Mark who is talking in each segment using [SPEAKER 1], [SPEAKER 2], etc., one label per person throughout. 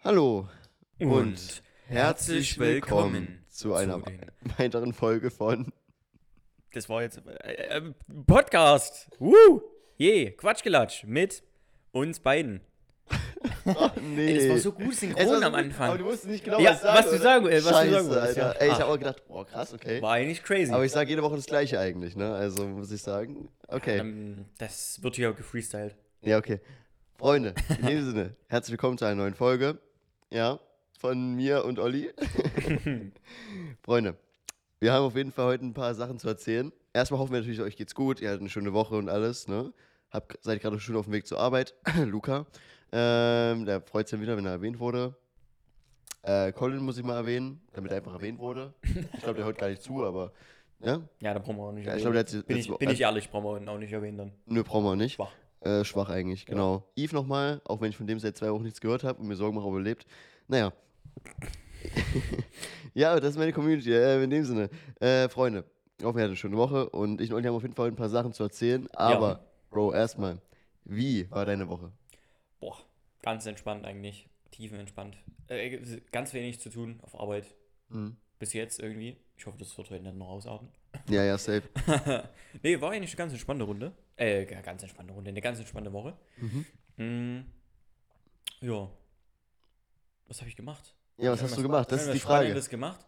[SPEAKER 1] Hallo und,
[SPEAKER 2] Und
[SPEAKER 1] herzlich willkommen zu einer
[SPEAKER 2] den-
[SPEAKER 1] weiteren Folge von
[SPEAKER 2] Das war jetzt äh, äh, Podcast. Woo! Je, Quatschgelatsch mit uns beiden.
[SPEAKER 1] Nee.
[SPEAKER 2] Ey, das war so gut synchron
[SPEAKER 1] Es war so
[SPEAKER 2] am
[SPEAKER 1] gut, Aber du
[SPEAKER 2] Anfang.
[SPEAKER 1] wusstest nicht genau,
[SPEAKER 2] Ja,
[SPEAKER 1] was, sagen,
[SPEAKER 2] was du
[SPEAKER 1] oder?
[SPEAKER 2] sagen- äh, was du
[SPEAKER 1] Scheiße,
[SPEAKER 2] sagen wolltest, ja.
[SPEAKER 1] Alter. Ey, ich
[SPEAKER 2] Ah.
[SPEAKER 1] habe auch gedacht, boah, krass, okay.
[SPEAKER 2] War eigentlich crazy.
[SPEAKER 1] Aber ich sage jede Woche das gleiche eigentlich, ne? Also muss ich sagen, okay.
[SPEAKER 2] ähm, das wird hier gefreestylt.
[SPEAKER 1] Ja, okay. Freunde, in dem Sinne, herzlich willkommen zu einer neuen Folge. Ja, von mir und Olli. Freunde, wir haben auf jeden Fall heute ein paar Sachen zu erzählen. Erstmal hoffen wir natürlich, euch geht's gut. Ihr hattet eine schöne Woche und alles, ne? Hab, seid gerade schon auf dem Weg zur Arbeit. Luca, ähm, der freut sich dann wieder, wenn er erwähnt wurde. Äh, Colin muss ich mal erwähnen, damit er einfach erwähnt wurde. Ich glaube, der hört gar nicht zu, aber ja,
[SPEAKER 2] Ja, da brauchen wir auch nicht
[SPEAKER 1] Ja, ich glaub,
[SPEAKER 2] erwähnen.
[SPEAKER 1] also der hat-
[SPEAKER 2] bin,
[SPEAKER 1] letzte
[SPEAKER 2] ich,
[SPEAKER 1] Woche-
[SPEAKER 2] bin ich ehrlich, brauchen wir auch nicht erwähnen dann.
[SPEAKER 1] nö, brauchen wir nicht.
[SPEAKER 2] Schwach.
[SPEAKER 1] Äh, schwach eigentlich, genau. Yves nochmal, auch wenn ich von dem seit zwei Wochen nichts gehört habe und mir Sorgen mache, ob er lebt. Naja. ja, aber das ist meine Community, äh, in dem Sinne. Äh, Freunde, ich hoffe, ihr hattet eine schöne Woche und ich und Olli haben auf jeden Fall ein paar Sachen zu erzählen. Aber, Bro, erstmal, wie war deine Woche?
[SPEAKER 2] Boah, ganz entspannt eigentlich. Tiefenentspannt. Äh, ganz wenig zu tun auf Arbeit.
[SPEAKER 1] Hm.
[SPEAKER 2] Bis jetzt irgendwie. Ich hoffe, das wird heute dann noch ausarten.
[SPEAKER 1] Ja, ja, safe.
[SPEAKER 2] nee, war eigentlich eine ganz entspannte Runde. Äh, ja, ganz entspannte Runde, eine ganz entspannte Woche.
[SPEAKER 1] Mhm.
[SPEAKER 2] Mm, ja. Was habe ich gemacht?
[SPEAKER 1] Ja, was
[SPEAKER 2] Hab ich
[SPEAKER 1] hast du
[SPEAKER 2] irgendwas-
[SPEAKER 1] gemacht? Das
[SPEAKER 2] hab
[SPEAKER 1] ist
[SPEAKER 2] ich
[SPEAKER 1] die
[SPEAKER 2] was
[SPEAKER 1] Frage.
[SPEAKER 2] Spannendes gemacht?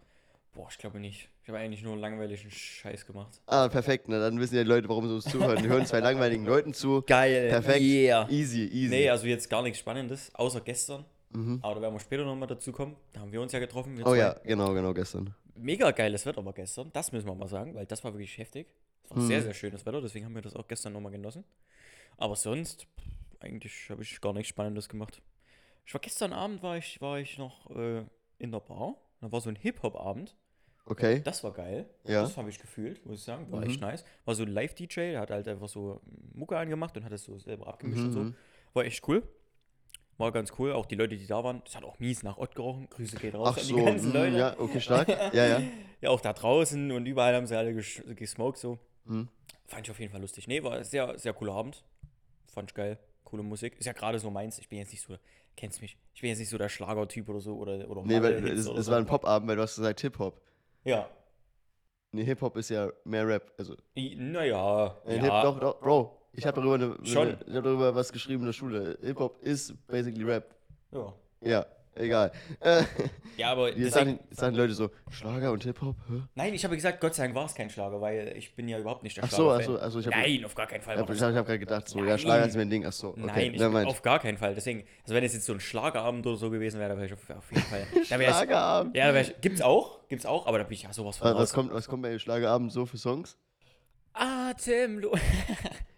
[SPEAKER 2] Boah, ich glaube nicht. Ich habe eigentlich nur langweiligen Scheiß gemacht.
[SPEAKER 1] Ah, perfekt, na, dann wissen ja die Leute, warum sie uns zuhören. Wir hören zwei langweiligen Leuten zu.
[SPEAKER 2] Geil.
[SPEAKER 1] Perfekt.
[SPEAKER 2] Yeah.
[SPEAKER 1] Easy, easy.
[SPEAKER 2] Nee, also jetzt gar nichts Spannendes, außer gestern.
[SPEAKER 1] mhm.
[SPEAKER 2] Aber da werden wir später nochmal dazu kommen. Da haben wir uns ja getroffen. wir
[SPEAKER 1] Oh
[SPEAKER 2] zwei.
[SPEAKER 1] ja, genau, genau, gestern.
[SPEAKER 2] Mega geiles Wetter war gestern. Das müssen wir mal sagen, weil das war wirklich heftig. Es war
[SPEAKER 1] Mhm.
[SPEAKER 2] sehr, sehr schönes Wetter. Deswegen haben wir das auch gestern nochmal genossen. Aber sonst, pff, eigentlich habe ich gar nichts Spannendes gemacht. Ich war gestern Abend, war ich, war ich noch äh, in der Bar. Da war so ein Hip-Hop-Abend.
[SPEAKER 1] Okay,
[SPEAKER 2] Das war geil.
[SPEAKER 1] Ja. Mhm.
[SPEAKER 2] Das habe ich gefühlt, muss ich sagen. War echt nice. War so ein Live-DJ, der hat halt einfach so Mucke angemacht und hat das so selber abgemischt und so.
[SPEAKER 1] Mhm.
[SPEAKER 2] War echt cool. War ganz cool. Auch die Leute, die da waren, das hat auch mies nach Ott gerochen. Grüße geht raus
[SPEAKER 1] Ach
[SPEAKER 2] an
[SPEAKER 1] so,
[SPEAKER 2] die ganzen
[SPEAKER 1] mm,
[SPEAKER 2] Leute.
[SPEAKER 1] ja, okay, stark. Ja, ja.
[SPEAKER 2] Ja, auch da draußen und überall haben sie alle gesch- gesmoked so.
[SPEAKER 1] Mhm.
[SPEAKER 2] Fand ich auf jeden Fall lustig. Nee, war ein sehr, sehr cooler Abend. Fand ich geil. Coole Musik. Ist ja gerade so meins. Ich bin jetzt nicht so, kennst mich, ich bin jetzt nicht so der Schlagertyp oder so. Oder, oder
[SPEAKER 1] Nee, weil
[SPEAKER 2] Metal-Hits
[SPEAKER 1] es,
[SPEAKER 2] oder
[SPEAKER 1] es
[SPEAKER 2] Ah, so.
[SPEAKER 1] war ein Pop-Abend, weil du hast gesagt Hip-Hop.
[SPEAKER 2] Ja.
[SPEAKER 1] Nee, Hip-Hop ist ja mehr Rap. Also,
[SPEAKER 2] I- Naja.
[SPEAKER 1] äh, Hip,
[SPEAKER 2] ja.
[SPEAKER 1] doch, doch, Bro. Ich habe darüber, eine,
[SPEAKER 2] Schon.
[SPEAKER 1] eine, ich hab darüber was geschrieben in der Schule. Hip-Hop ist basically Rap.
[SPEAKER 2] Ja.
[SPEAKER 1] Ja, egal. Äh,
[SPEAKER 2] ja, aber
[SPEAKER 1] jetzt
[SPEAKER 2] deswegen,
[SPEAKER 1] sagen, jetzt sagen Leute so, Schlager und Hip-Hop? Hä?
[SPEAKER 2] nein, ich habe gesagt, Gott sei Dank war es kein Schlager, weil ich bin ja überhaupt nicht der
[SPEAKER 1] Ach so,
[SPEAKER 2] Schlager.
[SPEAKER 1] ach so, also ich habe ich
[SPEAKER 2] Nein, auf gar keinen Fall. war
[SPEAKER 1] hab,
[SPEAKER 2] das
[SPEAKER 1] ich hab gerade gedacht, so, ja,
[SPEAKER 2] Nein.
[SPEAKER 1] Schlager ist mein Ding. Ach so, okay.
[SPEAKER 2] Nein, ich,
[SPEAKER 1] never mind.
[SPEAKER 2] auf gar keinen Fall. Deswegen, also wenn es jetzt so ein Schlagerabend oder so gewesen wäre, da wäre ich auf, auf jeden Fall. Da wär ich,
[SPEAKER 1] Schlagerabend.
[SPEAKER 2] ja, da wär ich, gibt's auch, gibt's auch, aber da bin ich ja sowas von
[SPEAKER 1] Was, was,
[SPEAKER 2] raus.
[SPEAKER 1] Ah, kommt, was kommt bei Schlagerabend so für Songs?
[SPEAKER 2] Atemlos.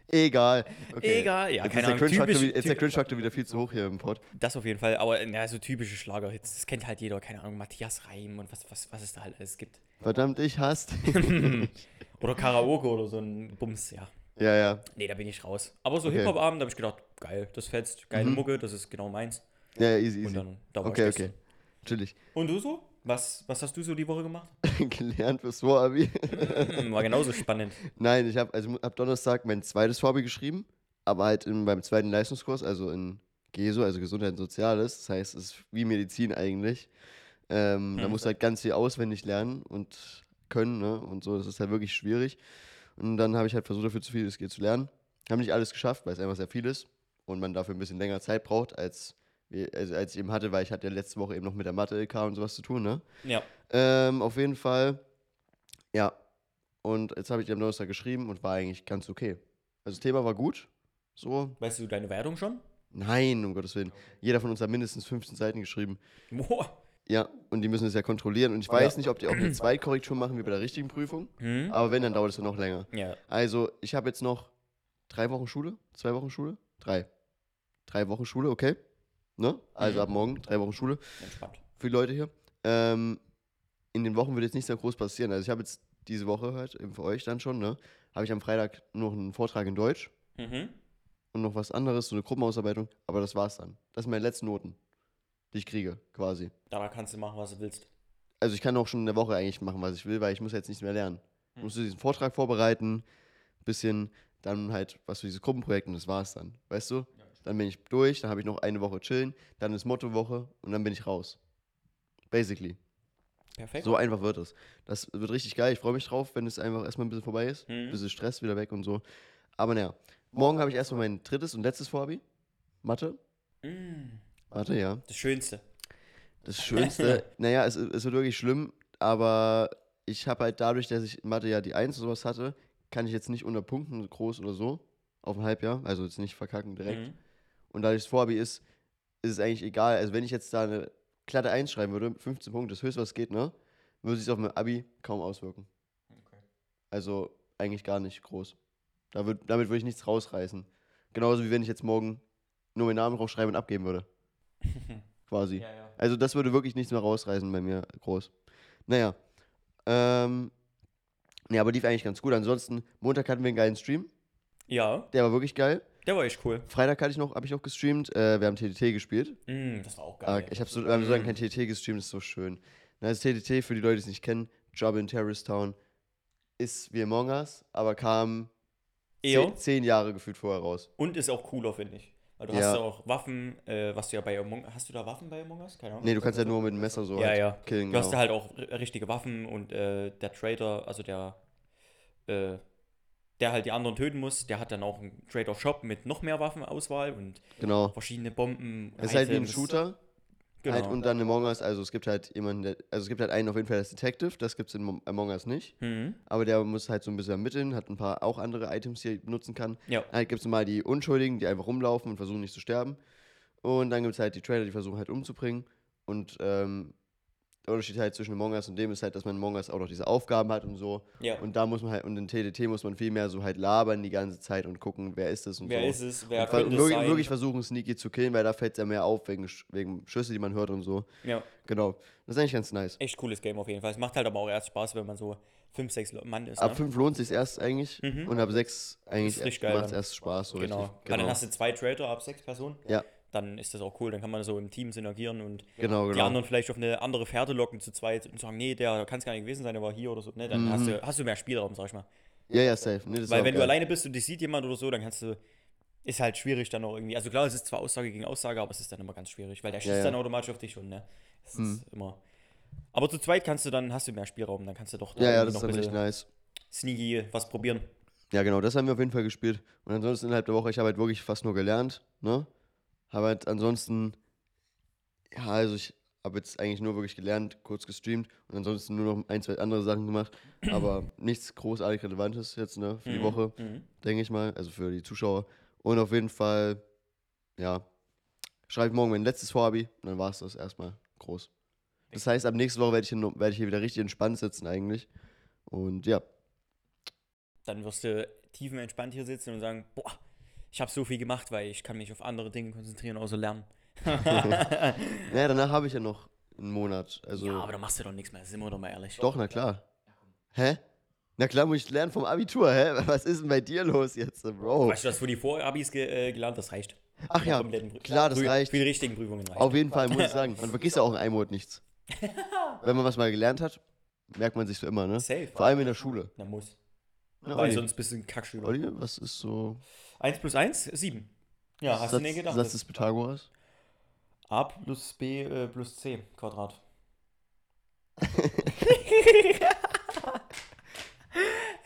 [SPEAKER 1] Egal. Okay.
[SPEAKER 2] Egal, ja,
[SPEAKER 1] Jetzt
[SPEAKER 2] keine
[SPEAKER 1] ist der
[SPEAKER 2] Ahnung.
[SPEAKER 1] Cringe-Faktor
[SPEAKER 2] Typisch,
[SPEAKER 1] wie- jetzt ist der
[SPEAKER 2] typ-
[SPEAKER 1] Cringe-Faktor wieder viel zu hoch hier im Pod.
[SPEAKER 2] das auf jeden Fall, aber ja, so typische Schlagerhits, das kennt halt jeder, keine Ahnung, Matthias Reim und was, was, was es da halt alles gibt.
[SPEAKER 1] Verdammt, ich hasse.
[SPEAKER 2] Oder Karaoke oder so ein Bums, ja.
[SPEAKER 1] ja, ja.
[SPEAKER 2] Nee, da bin ich raus. Aber so
[SPEAKER 1] Okay.
[SPEAKER 2] Hip-Hop-Abend, da habe ich gedacht, geil, das fetzt, geile Mucke, das ist genau meins.
[SPEAKER 1] Ja, ja, easy,
[SPEAKER 2] Und
[SPEAKER 1] easy.
[SPEAKER 2] dann, da war
[SPEAKER 1] Okay,
[SPEAKER 2] ich
[SPEAKER 1] okay.
[SPEAKER 2] gestern.
[SPEAKER 1] Natürlich.
[SPEAKER 2] Und du so? Was, was hast du so die Woche gemacht?
[SPEAKER 1] Gelernt fürs Vorabi.
[SPEAKER 2] Hm, War genauso spannend.
[SPEAKER 1] Nein, ich habe also ab Donnerstag mein zweites Vorabi geschrieben, aber halt in, beim zweiten Leistungskurs, also in GESO, also Gesundheit und Soziales. Das heißt, es ist wie Medizin eigentlich. Ähm, Da
[SPEAKER 2] Hm.
[SPEAKER 1] musst du halt ganz viel auswendig lernen und können, ne? Und so, das ist halt wirklich schwierig. Und dann habe ich halt versucht, dafür zu viel es geht zu lernen. Haben nicht alles geschafft, weil es einfach sehr viel ist und man dafür ein bisschen länger Zeit braucht, als, wir- also als ich eben hatte, weil ich hatte ja letzte Woche eben noch mit der Mathe-LK und sowas zu tun, ne?
[SPEAKER 2] Ja.
[SPEAKER 1] Ähm, auf jeden Fall, ja. Und jetzt habe ich die am Donnerstag geschrieben und war eigentlich ganz okay. Also das Thema war gut. So.
[SPEAKER 2] Weißt du deine Wertung schon?
[SPEAKER 1] Nein, um Gottes Willen. Jeder von uns hat mindestens 15 Seiten geschrieben.
[SPEAKER 2] Boah.
[SPEAKER 1] Ja, und die müssen es ja kontrollieren. Und ich weiß nicht, ob die auch eine Zweitkorrektur machen wie bei der richtigen Prüfung.
[SPEAKER 2] Hm?
[SPEAKER 1] Aber wenn, dann dauert es ja noch länger.
[SPEAKER 2] Ja.
[SPEAKER 1] Also, ich habe jetzt noch drei Wochen Schule, zwei Wochen Schule, drei. Drei Wochen Schule, okay. Ne? Also
[SPEAKER 2] Mhm.
[SPEAKER 1] ab morgen, drei Wochen Schule
[SPEAKER 2] Entspannt.
[SPEAKER 1] für die Leute hier. Ähm, in den Wochen wird jetzt nicht sehr groß passieren. Also ich habe jetzt diese Woche halt, eben für euch dann schon, ne, habe ich am Freitag noch einen Vortrag in Deutsch
[SPEAKER 2] Mhm.
[SPEAKER 1] und noch was anderes, so eine Gruppenausarbeitung. Aber das war's dann. Das sind meine letzten Noten, die ich kriege, quasi.
[SPEAKER 2] Danach kannst du machen, was du willst.
[SPEAKER 1] Also ich kann auch schon in der Woche eigentlich machen, was ich will, weil ich muss jetzt nichts mehr lernen. Ich
[SPEAKER 2] Hm.
[SPEAKER 1] muss diesen Vortrag vorbereiten, bisschen dann halt was für dieses Gruppenprojekt und das war's dann. Weißt du? dann bin ich durch, dann habe ich noch eine Woche chillen, dann ist Mottowoche und dann bin ich raus. Basically.
[SPEAKER 2] Perfekt.
[SPEAKER 1] So einfach wird es. Das wird richtig geil. Ich freue mich drauf, wenn es einfach erstmal ein bisschen vorbei ist.
[SPEAKER 2] Mhm.
[SPEAKER 1] Ein bisschen Stress wieder weg und so. Aber naja, morgen habe ich erstmal mein drittes und letztes Vorhabi. Mathe.
[SPEAKER 2] Mm,
[SPEAKER 1] Mathe, ja.
[SPEAKER 2] das Schönste.
[SPEAKER 1] Das Schönste, naja, es, es wird wirklich schlimm, aber ich habe halt dadurch, dass ich in Mathe ja die 1 und sowas hatte, kann ich jetzt nicht unter Punkten groß oder so auf ein Halbjahr, also jetzt nicht verkacken direkt.
[SPEAKER 2] Mhm.
[SPEAKER 1] Und dadurch das Vorhabi ist, ist es eigentlich egal. Also wenn ich jetzt da eine glatte 1 schreiben würde, 15 Punkte, das höchste, was geht, ne, würde sich auf mein Abi kaum auswirken. Also eigentlich gar nicht groß. Da würd, damit würde ich nichts rausreißen. Genauso wie wenn ich jetzt morgen nur meinen Namen draufschreiben und abgeben würde. Quasi.
[SPEAKER 2] Ja, ja.
[SPEAKER 1] Also das würde wirklich nichts mehr rausreißen bei mir groß. Naja. Ähm, nee, aber lief eigentlich ganz gut. Ansonsten, Montag hatten wir einen geilen Stream.
[SPEAKER 2] Ja,
[SPEAKER 1] Der war wirklich geil.
[SPEAKER 2] der war echt cool.
[SPEAKER 1] Freitag hatte ich noch, habe ich noch gestreamt. Äh, wir haben TDT gespielt.
[SPEAKER 2] Mm, das war auch geil.
[SPEAKER 1] Ah, ich habe so, wir haben so lange kein TDT gestreamt, das ist so schön. Na, das TDT, für die Leute, die es nicht kennen, Job in Terrorist Town, ist wie Among Us, aber kam
[SPEAKER 2] Eher.
[SPEAKER 1] zehn, zehn Jahre gefühlt vorher raus.
[SPEAKER 2] Und ist auch cooler, finde ich. Weil du
[SPEAKER 1] Ja.
[SPEAKER 2] hast ja auch Waffen, äh, was du ja bei Among Hast du da Waffen bei Among Us? Keine Ahnung.
[SPEAKER 1] Nee, du kannst ja nur mit dem Messer so
[SPEAKER 2] Ja,
[SPEAKER 1] halt
[SPEAKER 2] ja.
[SPEAKER 1] killen.
[SPEAKER 2] Du hast da
[SPEAKER 1] genau.
[SPEAKER 2] halt auch r- richtige Waffen und äh, der Trader, also der, äh, der halt die anderen töten muss, der hat dann auch einen Trader-Shop mit noch mehr Waffenauswahl und
[SPEAKER 1] genau.
[SPEAKER 2] verschiedene Bomben.
[SPEAKER 1] Es ist halt wie ein
[SPEAKER 2] Items.
[SPEAKER 1] Shooter,
[SPEAKER 2] Genau.
[SPEAKER 1] Halt und dann Among Us, also es gibt halt jemanden, der, also es gibt halt einen auf jeden Fall, der ist Detective, das gibt es in Mo- Among Us nicht.
[SPEAKER 2] mhm.
[SPEAKER 1] Aber der muss halt so ein bisschen ermitteln, hat ein paar auch andere Items, die er benutzen kann.
[SPEAKER 2] Ja.
[SPEAKER 1] Halt gibt es mal die Unschuldigen, die einfach rumlaufen und versuchen nicht zu sterben. Und dann gibt es halt die Trailer, die versuchen halt umzubringen. Und ähm, der Unterschied halt zwischen Among Us und dem ist halt, dass man in Among Us auch noch diese Aufgaben hat und so.
[SPEAKER 2] ja.
[SPEAKER 1] Und da muss man halt, und in TDT muss man viel mehr so halt labern die ganze Zeit und gucken, wer ist es und
[SPEAKER 2] wer
[SPEAKER 1] so.
[SPEAKER 2] ist es? Wer
[SPEAKER 1] und ver-
[SPEAKER 2] könnte
[SPEAKER 1] und
[SPEAKER 2] es
[SPEAKER 1] wirklich,
[SPEAKER 2] sein?
[SPEAKER 1] wirklich versuchen, Sneaky zu killen, weil da fällt es ja mehr auf wegen, Sch- wegen Schüsse, die man hört und so.
[SPEAKER 2] ja.
[SPEAKER 1] Genau. Das ist eigentlich ganz nice.
[SPEAKER 2] Echt cooles Game auf jeden Fall. Es macht halt aber auch erst Spaß, wenn man so 5, 6 Mann ist.
[SPEAKER 1] Ab
[SPEAKER 2] Ne?
[SPEAKER 1] 5 lohnt sich erst eigentlich
[SPEAKER 2] Mhm.
[SPEAKER 1] und ab 6
[SPEAKER 2] Ist richtig
[SPEAKER 1] eigentlich
[SPEAKER 2] geil
[SPEAKER 1] macht es
[SPEAKER 2] dann.
[SPEAKER 1] erst Spaß. So
[SPEAKER 2] Genau.
[SPEAKER 1] Richtig.
[SPEAKER 2] Weil dann
[SPEAKER 1] Genau.
[SPEAKER 2] hast du zwei Trader ab sechs Personen.
[SPEAKER 1] Ja.
[SPEAKER 2] Dann ist das auch cool. Dann kann man so im Team synergieren und
[SPEAKER 1] genau,
[SPEAKER 2] die
[SPEAKER 1] genau.
[SPEAKER 2] anderen vielleicht auf eine andere Fährte locken zu zweit und sagen, nee, der kann es gar nicht gewesen sein, der war hier oder so. Ne? Dann hast, du, hast du mehr Spielraum, sag ich mal.
[SPEAKER 1] ja, ja, safe. Nee, das
[SPEAKER 2] Weil
[SPEAKER 1] war Mhm.
[SPEAKER 2] wenn
[SPEAKER 1] geil.
[SPEAKER 2] du alleine bist und dich sieht jemand oder so, dann kannst du. Ist halt schwierig dann auch irgendwie. Also klar, es ist zwar Aussage gegen Aussage, aber es ist dann immer ganz schwierig, weil der schießt
[SPEAKER 1] ja. Mhm.
[SPEAKER 2] dann automatisch auf dich und ne? Das ist immer. Aber zu zweit kannst du dann, hast du mehr Spielraum, dann kannst du doch da
[SPEAKER 1] Ja, ja,
[SPEAKER 2] irgendwie
[SPEAKER 1] das ist dann echt
[SPEAKER 2] bisschen
[SPEAKER 1] nice.
[SPEAKER 2] sneaky was probieren.
[SPEAKER 1] Ja, genau, das haben wir auf jeden Fall gespielt. Und ansonsten innerhalb der Woche, ich habe halt wirklich fast nur gelernt. Ne? Habe halt ansonsten, ja, also ich habe jetzt eigentlich nur wirklich gelernt, kurz gestreamt und ansonsten nur noch ein, zwei andere Sachen gemacht. aber nichts großartig Relevantes jetzt ne, für die
[SPEAKER 2] Mhm,
[SPEAKER 1] Woche.
[SPEAKER 2] mhm.
[SPEAKER 1] denke ich mal, also für die Zuschauer. Und auf jeden Fall, ja, schreibe ich morgen mein letztes Vorhabi und dann war es das erstmal groß. Das heißt, ab nächste Woche werde ich, hier nur- werde ich hier wieder richtig entspannt sitzen eigentlich. Und ja,
[SPEAKER 2] Dann wirst du tiefenentspannt hier sitzen und sagen, boah, ich habe so viel gemacht, weil ich kann mich auf andere Dinge konzentrieren, außer lernen.
[SPEAKER 1] naja, danach habe ich ja noch einen Monat. Also,
[SPEAKER 2] ja, aber da machst du doch nichts mehr, sind wir doch mal ehrlich.
[SPEAKER 1] doch, na klar. Hä? Na klar, muss ich lernen vom Abitur, hä? Was ist denn bei dir los jetzt, Bro?
[SPEAKER 2] Weißt du, dass du die Vorabis ge äh, gelernt das reicht.
[SPEAKER 1] Ach ja,
[SPEAKER 2] kompletten Prü-
[SPEAKER 1] klar, das
[SPEAKER 2] Prü-
[SPEAKER 1] reicht.
[SPEAKER 2] Für die richtigen Prüfungen reicht.
[SPEAKER 1] Auf jeden Fall muss ich sagen, man vergisst ja auch in einem Monat nichts. Wenn man was mal gelernt hat, merkt man sich für immer, ne?
[SPEAKER 2] Safe.
[SPEAKER 1] Vor allem in der Schule.
[SPEAKER 2] Na, muss.
[SPEAKER 1] Na,
[SPEAKER 2] Weil
[SPEAKER 1] Olli.
[SPEAKER 2] sonst bist du ein Kackschüler.
[SPEAKER 1] Olli, was ist so
[SPEAKER 2] 1 plus 1, 7. Ja,
[SPEAKER 1] Satz,
[SPEAKER 2] hast du nie gedacht.
[SPEAKER 1] Satz des Pythagoras?
[SPEAKER 2] A plus B äh, plus C Quadrat.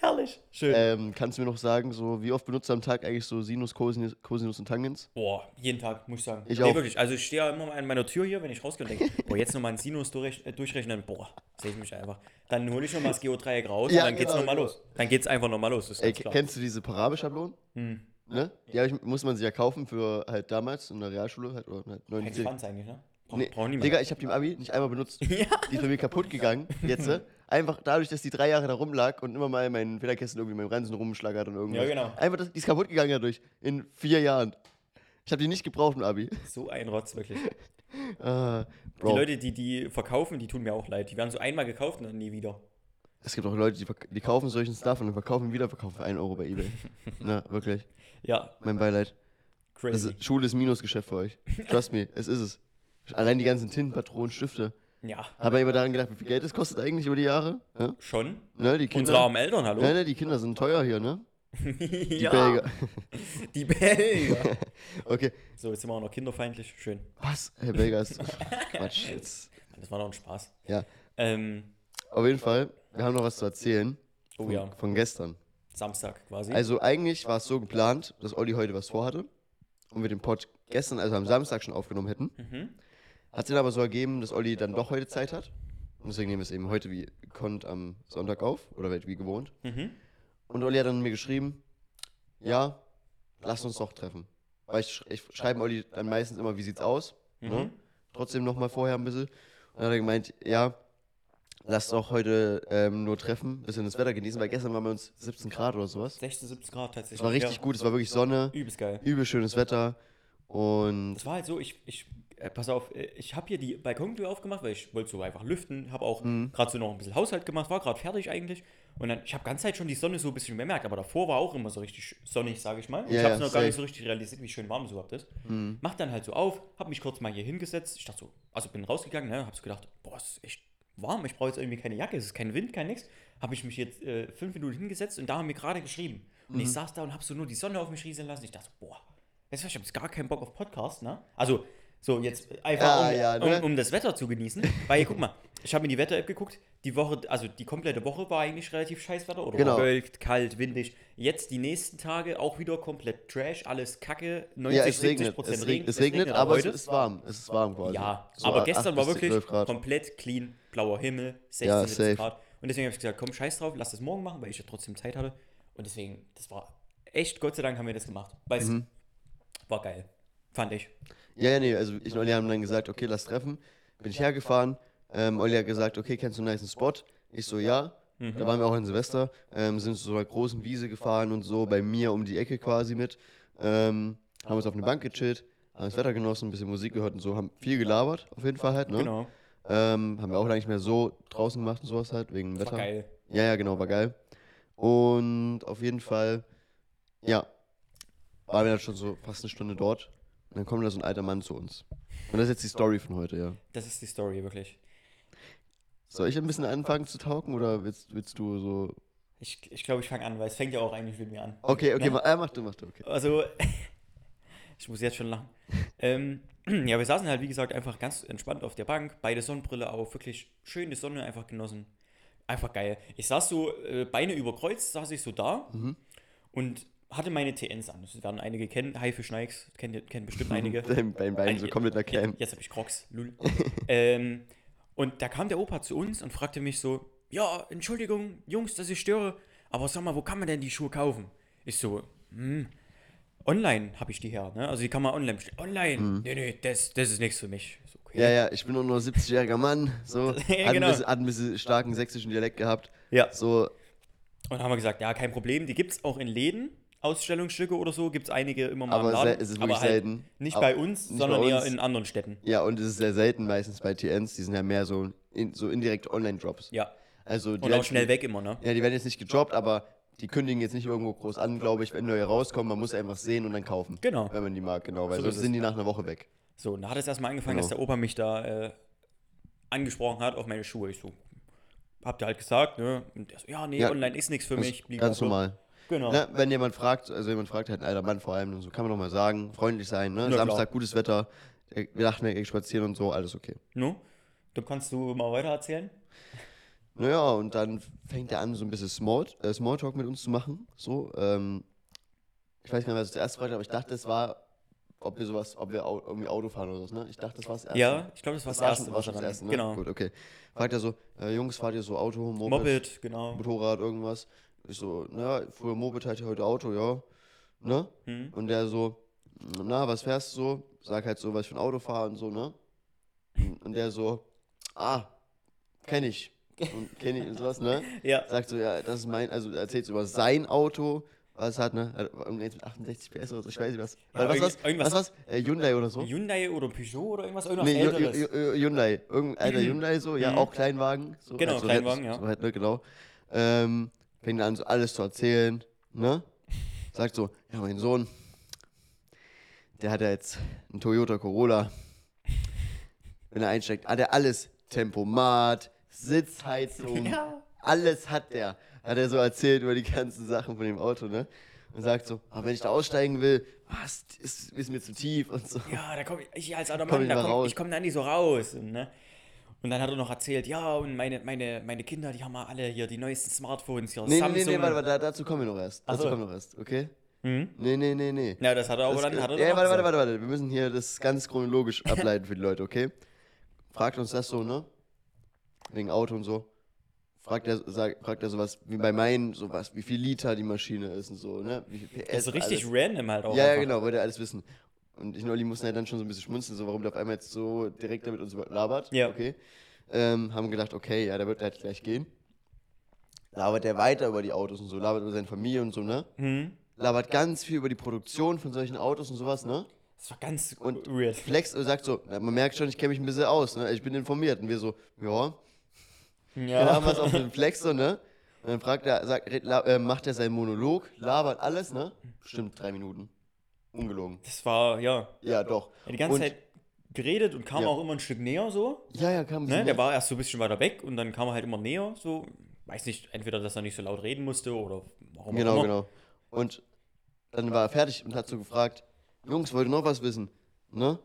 [SPEAKER 2] Herrlich. Schön.
[SPEAKER 1] Ähm, kannst du mir noch sagen, so wie oft benutzt du am Tag eigentlich so Sinus, Cosinus, Cosinus und Tangens?
[SPEAKER 2] Boah, jeden Tag, muss ich sagen.
[SPEAKER 1] Ich
[SPEAKER 2] nee,
[SPEAKER 1] auch.
[SPEAKER 2] wirklich. Also ich stehe ja immer mal an meiner Tür hier, wenn ich rausgehe und denke, boah, jetzt nochmal einen Sinus durchrech äh, durchrechnen, boah, sehe ich mich einfach. Dann hole ich nochmal das Geodreieck raus
[SPEAKER 1] Ja,
[SPEAKER 2] und dann geht's
[SPEAKER 1] genau,
[SPEAKER 2] nochmal
[SPEAKER 1] genau.
[SPEAKER 2] los. Dann geht's einfach nochmal los, ist
[SPEAKER 1] Ey,
[SPEAKER 2] ganz
[SPEAKER 1] k-
[SPEAKER 2] klar.
[SPEAKER 1] kennst du diese Parabelschablonen?
[SPEAKER 2] Hm.
[SPEAKER 1] Ne? Die hab ich, muss man sich ja kaufen für halt damals in der Realschule. Halt, oder halt
[SPEAKER 2] Kein
[SPEAKER 1] 90.
[SPEAKER 2] Schwanz eigentlich, ne? Brauch,
[SPEAKER 1] Nee,
[SPEAKER 2] brauch niemand.
[SPEAKER 1] Digga, ich habe die im Abi nicht einmal benutzt.
[SPEAKER 2] Ja.
[SPEAKER 1] Die ist bei mir kaputt gegangen, jetzt. äh, Einfach dadurch, dass die drei Jahre da rumlag und immer mal in meinen Federkästen irgendwie meinen Ransen rumschlagert und irgendwas.
[SPEAKER 2] Ja, genau.
[SPEAKER 1] Einfach, das, die ist kaputt gegangen dadurch. In vier Jahren. Ich habe die nicht gebraucht im Abi.
[SPEAKER 2] So ein Rotz, wirklich.
[SPEAKER 1] Ah,
[SPEAKER 2] Die
[SPEAKER 1] Bro.
[SPEAKER 2] Leute, die die verkaufen, die tun mir auch leid. Die werden so einmal gekauft und dann nie wieder.
[SPEAKER 1] Es gibt auch Leute, die, verk- die kaufen solchen Stuff und dann verkaufen ihn wieder, verkaufen für 1 Euro bei Ebay. Na, wirklich.
[SPEAKER 2] Ja,
[SPEAKER 1] Mein Beileid. Das
[SPEAKER 2] crazy.
[SPEAKER 1] ist, Schule ist Minusgeschäft für euch. Trust me, es ist es. Allein die ganzen Tinten, Patronen, Stifte.
[SPEAKER 2] Ja,
[SPEAKER 1] Habt ihr immer daran gedacht, wie viel Geld es kostet eigentlich über die Jahre? Ja?
[SPEAKER 2] schon.
[SPEAKER 1] Ne, die
[SPEAKER 2] Unsere
[SPEAKER 1] Kinder.
[SPEAKER 2] armen Eltern, hallo.
[SPEAKER 1] Ne, ne, die Kinder sind teuer hier, ne? Die Belgier.
[SPEAKER 2] Die Belgier.
[SPEAKER 1] Okay.
[SPEAKER 2] So, jetzt sind wir auch noch kinderfeindlich. Schön.
[SPEAKER 1] Was? Herr Belgier ist Quatsch. Jetzt.
[SPEAKER 2] Das war doch ein Spaß.
[SPEAKER 1] Ja.
[SPEAKER 2] Ähm,
[SPEAKER 1] Auf jeden Fall, wir haben noch was zu erzählen.
[SPEAKER 2] Oh
[SPEAKER 1] von,
[SPEAKER 2] ja.
[SPEAKER 1] Von gestern.
[SPEAKER 2] Samstag quasi.
[SPEAKER 1] Also eigentlich war es so geplant, dass Olli heute was vorhatte und wir den Pod gestern, also am Samstag schon aufgenommen hätten.
[SPEAKER 2] Mhm.
[SPEAKER 1] Hat sich dann aber so ergeben, dass Olli dann doch heute Zeit hat. Und deswegen nehmen wir es eben heute wie konnt am Sonntag auf oder wie gewohnt.
[SPEAKER 2] Mhm.
[SPEAKER 1] Und Olli hat dann mir geschrieben, ja, lass uns doch treffen. Weil ich, sch- ich schreibe Olli dann meistens immer, wie sieht's aus? Ne?
[SPEAKER 2] Mhm.
[SPEAKER 1] Trotzdem nochmal vorher ein bisschen. Und dann hat er gemeint, ja, lass doch heute ähm, nur treffen, bisschen das Wetter genießen, weil gestern waren bei uns 17 Grad oder sowas.
[SPEAKER 2] 16, 17 Grad tatsächlich.
[SPEAKER 1] Es war richtig
[SPEAKER 2] ja.
[SPEAKER 1] gut, es war wirklich Sonne,
[SPEAKER 2] Übelst geil.
[SPEAKER 1] übel schönes Wetter. Und
[SPEAKER 2] Das war halt so, ich, ich, äh, pass auf, äh, ich habe hier die Balkontür aufgemacht, weil ich wollte so einfach lüften, habe auch
[SPEAKER 1] Mhm.
[SPEAKER 2] gerade so noch ein bisschen Haushalt gemacht, war gerade fertig eigentlich. Und dann, ich habe ganze Zeit schon die Sonne so ein bisschen bemerkt, aber davor war auch immer so richtig sonnig, sage ich mal. ich
[SPEAKER 1] Ja,
[SPEAKER 2] habe es
[SPEAKER 1] ja,
[SPEAKER 2] noch gar nicht
[SPEAKER 1] safe.
[SPEAKER 2] so richtig realisiert, wie schön warm es überhaupt ist.
[SPEAKER 1] Mhm.
[SPEAKER 2] Mach dann halt so auf, habe mich kurz mal hier hingesetzt. Ich dachte so, also bin rausgegangen, ne, habe so gedacht, boah, es ist echt warm, ich brauche jetzt irgendwie keine Jacke, es ist kein Wind, kein nix. Habe ich mich jetzt äh, fünf Minuten hingesetzt und da haben wir gerade geschrieben. Und
[SPEAKER 1] Mhm.
[SPEAKER 2] ich saß da und habe so nur die Sonne auf mich rieseln lassen. Ich dachte so, boah, weißt du, was, ich habe jetzt gar keinen Bock auf Podcast, ne? Also, so jetzt einfach,
[SPEAKER 1] Ah,
[SPEAKER 2] um,
[SPEAKER 1] ja,
[SPEAKER 2] um,
[SPEAKER 1] ne?
[SPEAKER 2] um das Wetter zu genießen. Weil, guck mal, ich habe in die Wetter-App geguckt, die Woche, also die komplette Woche war eigentlich relativ scheiß Wetter, oder?
[SPEAKER 1] Genau.
[SPEAKER 2] Bewölkt, kalt, windig. Jetzt die nächsten Tage auch wieder komplett Trash, alles kacke, 90,
[SPEAKER 1] ja, es regnet.
[SPEAKER 2] 70%
[SPEAKER 1] Es,
[SPEAKER 2] Regen.
[SPEAKER 1] reg es regnet, aber es
[SPEAKER 2] heute-
[SPEAKER 1] ist warm. Es ist warm quasi.
[SPEAKER 2] ja,
[SPEAKER 1] So
[SPEAKER 2] aber
[SPEAKER 1] acht
[SPEAKER 2] gestern war
[SPEAKER 1] bis
[SPEAKER 2] wirklich
[SPEAKER 1] 12 Grad.
[SPEAKER 2] komplett clean, blauer Himmel, 16
[SPEAKER 1] Ja,
[SPEAKER 2] 17
[SPEAKER 1] safe.
[SPEAKER 2] Grad. Und deswegen habe ich gesagt, komm, scheiß drauf, lass das morgen machen, weil ich ja trotzdem Zeit hatte. Und deswegen, das war echt, Gott sei Dank haben wir das gemacht. Weil
[SPEAKER 1] Mhm.
[SPEAKER 2] es war geil. Fand ich.
[SPEAKER 1] Ja, ja, nee, also ich und Olli haben dann gesagt, okay, lass treffen. Bin ich hergefahren. Ähm, Olli hat gesagt, okay, kennst du einen nice Spot? Ich so, ja.
[SPEAKER 2] Mhm.
[SPEAKER 1] Da waren wir auch in Silvester. Ähm, sind zu so einer großen Wiese gefahren und so, bei mir um die Ecke quasi mit. Ähm, haben uns auf eine Bank gechillt, haben das Wetter genossen, ein bisschen Musik gehört und so, haben viel gelabert, auf jeden Fall halt, ne?
[SPEAKER 2] Genau.
[SPEAKER 1] Ähm, haben wir auch lange nicht mehr so draußen gemacht und sowas halt, wegen dem
[SPEAKER 2] Das
[SPEAKER 1] Wetter.
[SPEAKER 2] war geil.
[SPEAKER 1] Ja, ja, genau, war geil. Und auf jeden Fall, ja, waren wir dann schon so fast eine Stunde dort. Und dann kommt da so ein alter Mann zu uns. Und das ist jetzt die Story von heute, ja.
[SPEAKER 2] Das ist die Story, wirklich.
[SPEAKER 1] Soll ich ein bisschen anfangen zu talken oder willst, willst du so.
[SPEAKER 2] Ich glaube, ich, glaub, ich fange an, weil es fängt ja auch eigentlich mit mir an.
[SPEAKER 1] Okay, okay,
[SPEAKER 2] Ja.
[SPEAKER 1] mach, äh, mach du, mach du, okay.
[SPEAKER 2] Also, ich muss jetzt schon lachen. ähm, ja, wir saßen halt, wie gesagt, einfach ganz entspannt auf der Bank, beide Sonnenbrille auf, wirklich schöne Sonne einfach genossen. Einfach geil. Ich saß so, äh, Beine überkreuzt, saß ich so da und hatte meine TNs an. Das werden einige kennen, Haife Schneiks, kennen kennt bestimmt einige.
[SPEAKER 1] Dein, dein Bein so
[SPEAKER 2] Einige-
[SPEAKER 1] komplett der Cam.
[SPEAKER 2] Jetzt habe ich Crocs, lul. ähm, und da kam der Opa zu uns und fragte mich so, ja, Entschuldigung, Jungs, dass ich störe, aber sag mal, wo kann man denn die Schuhe kaufen? Ich so, hm, online habe ich die her, ne? Also die kann man online bestellen. Online? Nee, nee, das, das ist nichts für mich. Ich so, okay.
[SPEAKER 1] Mhm. Ja, ja, ich bin nur nur 70-jähriger Mann. So,
[SPEAKER 2] Ja,
[SPEAKER 1] hat, ein
[SPEAKER 2] genau.
[SPEAKER 1] bisschen, hat ein bisschen starken sächsischen Dialekt gehabt.
[SPEAKER 2] Ja.
[SPEAKER 1] So,
[SPEAKER 2] Und dann haben wir gesagt, ja, kein Problem, die gibt es auch in Läden, Ausstellungsstücke oder so, gibt es einige immer mal
[SPEAKER 1] Aber
[SPEAKER 2] im Laden. halt
[SPEAKER 1] sel- es ist wirklich selten.
[SPEAKER 2] Nicht
[SPEAKER 1] Aber
[SPEAKER 2] bei uns,
[SPEAKER 1] nicht
[SPEAKER 2] sondern
[SPEAKER 1] bei
[SPEAKER 2] eher
[SPEAKER 1] uns.
[SPEAKER 2] in anderen Städten.
[SPEAKER 1] ja, und es ist sehr selten meistens bei TNs. Die sind ja mehr so, in, so indirekt Online-Drops.
[SPEAKER 2] Ja.
[SPEAKER 1] Also, die
[SPEAKER 2] Und
[SPEAKER 1] werden-
[SPEAKER 2] auch schnell weg immer, ne?
[SPEAKER 1] Ja, die werden jetzt nicht gedroppt, aber die kündigen jetzt nicht irgendwo groß an, glaube ich. Wenn neue rauskommen, man muss einfach sehen und dann kaufen.
[SPEAKER 2] Genau.
[SPEAKER 1] Wenn man die mag, genau. Weil
[SPEAKER 2] So ist
[SPEAKER 1] sonst
[SPEAKER 2] es.
[SPEAKER 1] sind die nach einer Woche weg.
[SPEAKER 2] So, und da hat es erstmal angefangen,
[SPEAKER 1] Genau.
[SPEAKER 2] dass der Opa mich da äh, angesprochen hat auf meine Schuhe. Ich so, habt ihr halt gesagt, ne? Und der so, ja, nee,
[SPEAKER 1] Ja.
[SPEAKER 2] online ist nichts für
[SPEAKER 1] Ganz,
[SPEAKER 2] mich. blieb
[SPEAKER 1] ganz
[SPEAKER 2] da so.
[SPEAKER 1] normal.
[SPEAKER 2] Genau.
[SPEAKER 1] Na, wenn jemand fragt, also jemand fragt halt ein alter Mann vor allem, dann so kann man doch mal sagen, freundlich sein, ne?
[SPEAKER 2] Na
[SPEAKER 1] Samstag,
[SPEAKER 2] klar.
[SPEAKER 1] gutes Wetter, äh, wir dachten, wir gehen spazieren und so, alles okay.
[SPEAKER 2] No? Du Ne? kannst du mal weiter erzählen?
[SPEAKER 1] Naja, und dann fängt er an, so ein bisschen Small, äh, Smalltalk mit uns zu machen. So, ähm, ich weiß gar nicht, was ich zuerst fragte, aber ich dachte, es war, ob wir sowas, ob wir au irgendwie Auto fahren oder so, ne? Ich dachte, das war das erste.
[SPEAKER 2] Ja, ich glaube, das war das,
[SPEAKER 1] war
[SPEAKER 2] erste,
[SPEAKER 1] schon-
[SPEAKER 2] was
[SPEAKER 1] war schon
[SPEAKER 2] er dann.
[SPEAKER 1] das erste, ne?
[SPEAKER 2] Genau.
[SPEAKER 1] Gut, okay. Fragt er so, äh, Jungs, fahrt ihr so Auto, Moped,
[SPEAKER 2] Moped, genau.
[SPEAKER 1] Motorrad, irgendwas? Ich so, naja, früher Moped hatte ich heute Auto, ja. Ne?
[SPEAKER 2] Hm?
[SPEAKER 1] Und der so, na, was fährst du so? Sag halt so, was ich für ein Auto fahre und so, ne? Und- Und der so, ah, kenn ich. Und kenn ich und sowas, ne?
[SPEAKER 2] Ja.
[SPEAKER 1] Sagt so, ja, das ist mein, also erzählt so über sein Auto, was hat, ne? Hat Irgendeins mit 68 PS oder so, ich weiß nicht was. was,
[SPEAKER 2] Ja,
[SPEAKER 1] was,
[SPEAKER 2] irgend- irgendwas-
[SPEAKER 1] was, was? Äh, Hyundai oder so?
[SPEAKER 2] Hyundai oder Peugeot oder irgendwas? Irgendwas
[SPEAKER 1] Nee, Ju-
[SPEAKER 2] Älteres.
[SPEAKER 1] Ju- Ju- Hyundai. Irgendein alter Hyundai so, ja,
[SPEAKER 2] Mhm.
[SPEAKER 1] auch Kleinwagen. So,
[SPEAKER 2] Genau,
[SPEAKER 1] halt so
[SPEAKER 2] Kleinwagen,
[SPEAKER 1] halt,
[SPEAKER 2] ja.
[SPEAKER 1] So halt, ne, genau. Ähm, fängt an, so alles zu erzählen, ne? Sagt so, ja, mein Sohn, der hat ja jetzt einen Toyota Corolla. Wenn er einsteigt, hat er alles. Tempomat, Sitzheizung,
[SPEAKER 2] Ja.
[SPEAKER 1] Alles hat der. Hat er so erzählt über die ganzen Sachen von dem Auto, ne? Und sagt so, ah, wenn ich da aussteigen will, was, ist, ist mir zu tief und so.
[SPEAKER 2] Ja, da komme ich, ich als alter
[SPEAKER 1] Komm
[SPEAKER 2] Mann,
[SPEAKER 1] ich
[SPEAKER 2] da
[SPEAKER 1] mal
[SPEAKER 2] komm,
[SPEAKER 1] raus.
[SPEAKER 2] ich komme da nicht so raus. Und, ne? und dann hat er noch erzählt, ja, und meine, meine, meine Kinder, die haben mal alle hier die neuesten Smartphones, hier
[SPEAKER 1] Nee, nee,
[SPEAKER 2] Samsung.
[SPEAKER 1] nee, nee, warte, warte, da- dazu kommen wir noch erst. Dazu
[SPEAKER 2] so.
[SPEAKER 1] kommen wir noch erst, okay?
[SPEAKER 2] Mhm.
[SPEAKER 1] Nee, nee, nee, nee.
[SPEAKER 2] Ja, das hat er aber
[SPEAKER 1] Das-
[SPEAKER 2] dann. Hat er
[SPEAKER 1] ja, warte,
[SPEAKER 2] dann
[SPEAKER 1] warte,
[SPEAKER 2] abgesagt.
[SPEAKER 1] warte, warte. Wir müssen hier das ganz chronologisch ableiten für die Leute, okay? Fragt uns das so, ne? Wegen Auto und so. Fragt er, sag, fragt er sowas wie bei meinen, sowas, wie viel Liter die Maschine ist und so, ne? Wie viel PS,
[SPEAKER 2] Das ist Also richtig
[SPEAKER 1] alles.
[SPEAKER 2] random halt auch.
[SPEAKER 1] Ja, ja,
[SPEAKER 2] einfach.
[SPEAKER 1] genau, wollte er alles wissen. Und ich und Olli mussten halt dann schon so ein bisschen schmunzeln, so warum der auf einmal jetzt so direkt damit uns über- labert.
[SPEAKER 2] Ja.
[SPEAKER 1] Okay. Ähm, haben gedacht, okay, ja, der wird halt gleich gehen. Labert er weiter über die Autos und so, labert über seine Familie und so, ne?
[SPEAKER 2] Mhm.
[SPEAKER 1] Labert ganz viel über die Produktion von solchen Autos und sowas, ne?
[SPEAKER 2] Das war ganz
[SPEAKER 1] Und
[SPEAKER 2] weird.
[SPEAKER 1] flext und sagt so, na, man merkt schon, ich kenne mich ein bisschen aus, ne? ich bin informiert. Und wir so, ja, dann genau haben wir es auf den Flex so, ne? Und dann fragt er, sagt, red- la- äh, macht er seinen Monolog, labert alles, ne? Bestimmt drei Minuten. Ungelogen.
[SPEAKER 2] Das war, ja.
[SPEAKER 1] Ja, doch.
[SPEAKER 2] Die ganze
[SPEAKER 1] und,
[SPEAKER 2] Zeit geredet und kam
[SPEAKER 1] Ja. Mhm.
[SPEAKER 2] auch immer ein Stück näher so.
[SPEAKER 1] Ja, ja, kam ein
[SPEAKER 2] Ne?
[SPEAKER 1] bisschen
[SPEAKER 2] Der war erst so ein bisschen weiter weg und dann kam er halt immer näher. So, weiß nicht, entweder, dass er nicht so laut reden musste oder warum auch
[SPEAKER 1] Genau,
[SPEAKER 2] immer.
[SPEAKER 1] genau. Und dann war er fertig und hat so gefragt, Jungs, wollt ihr noch was wissen? Ne?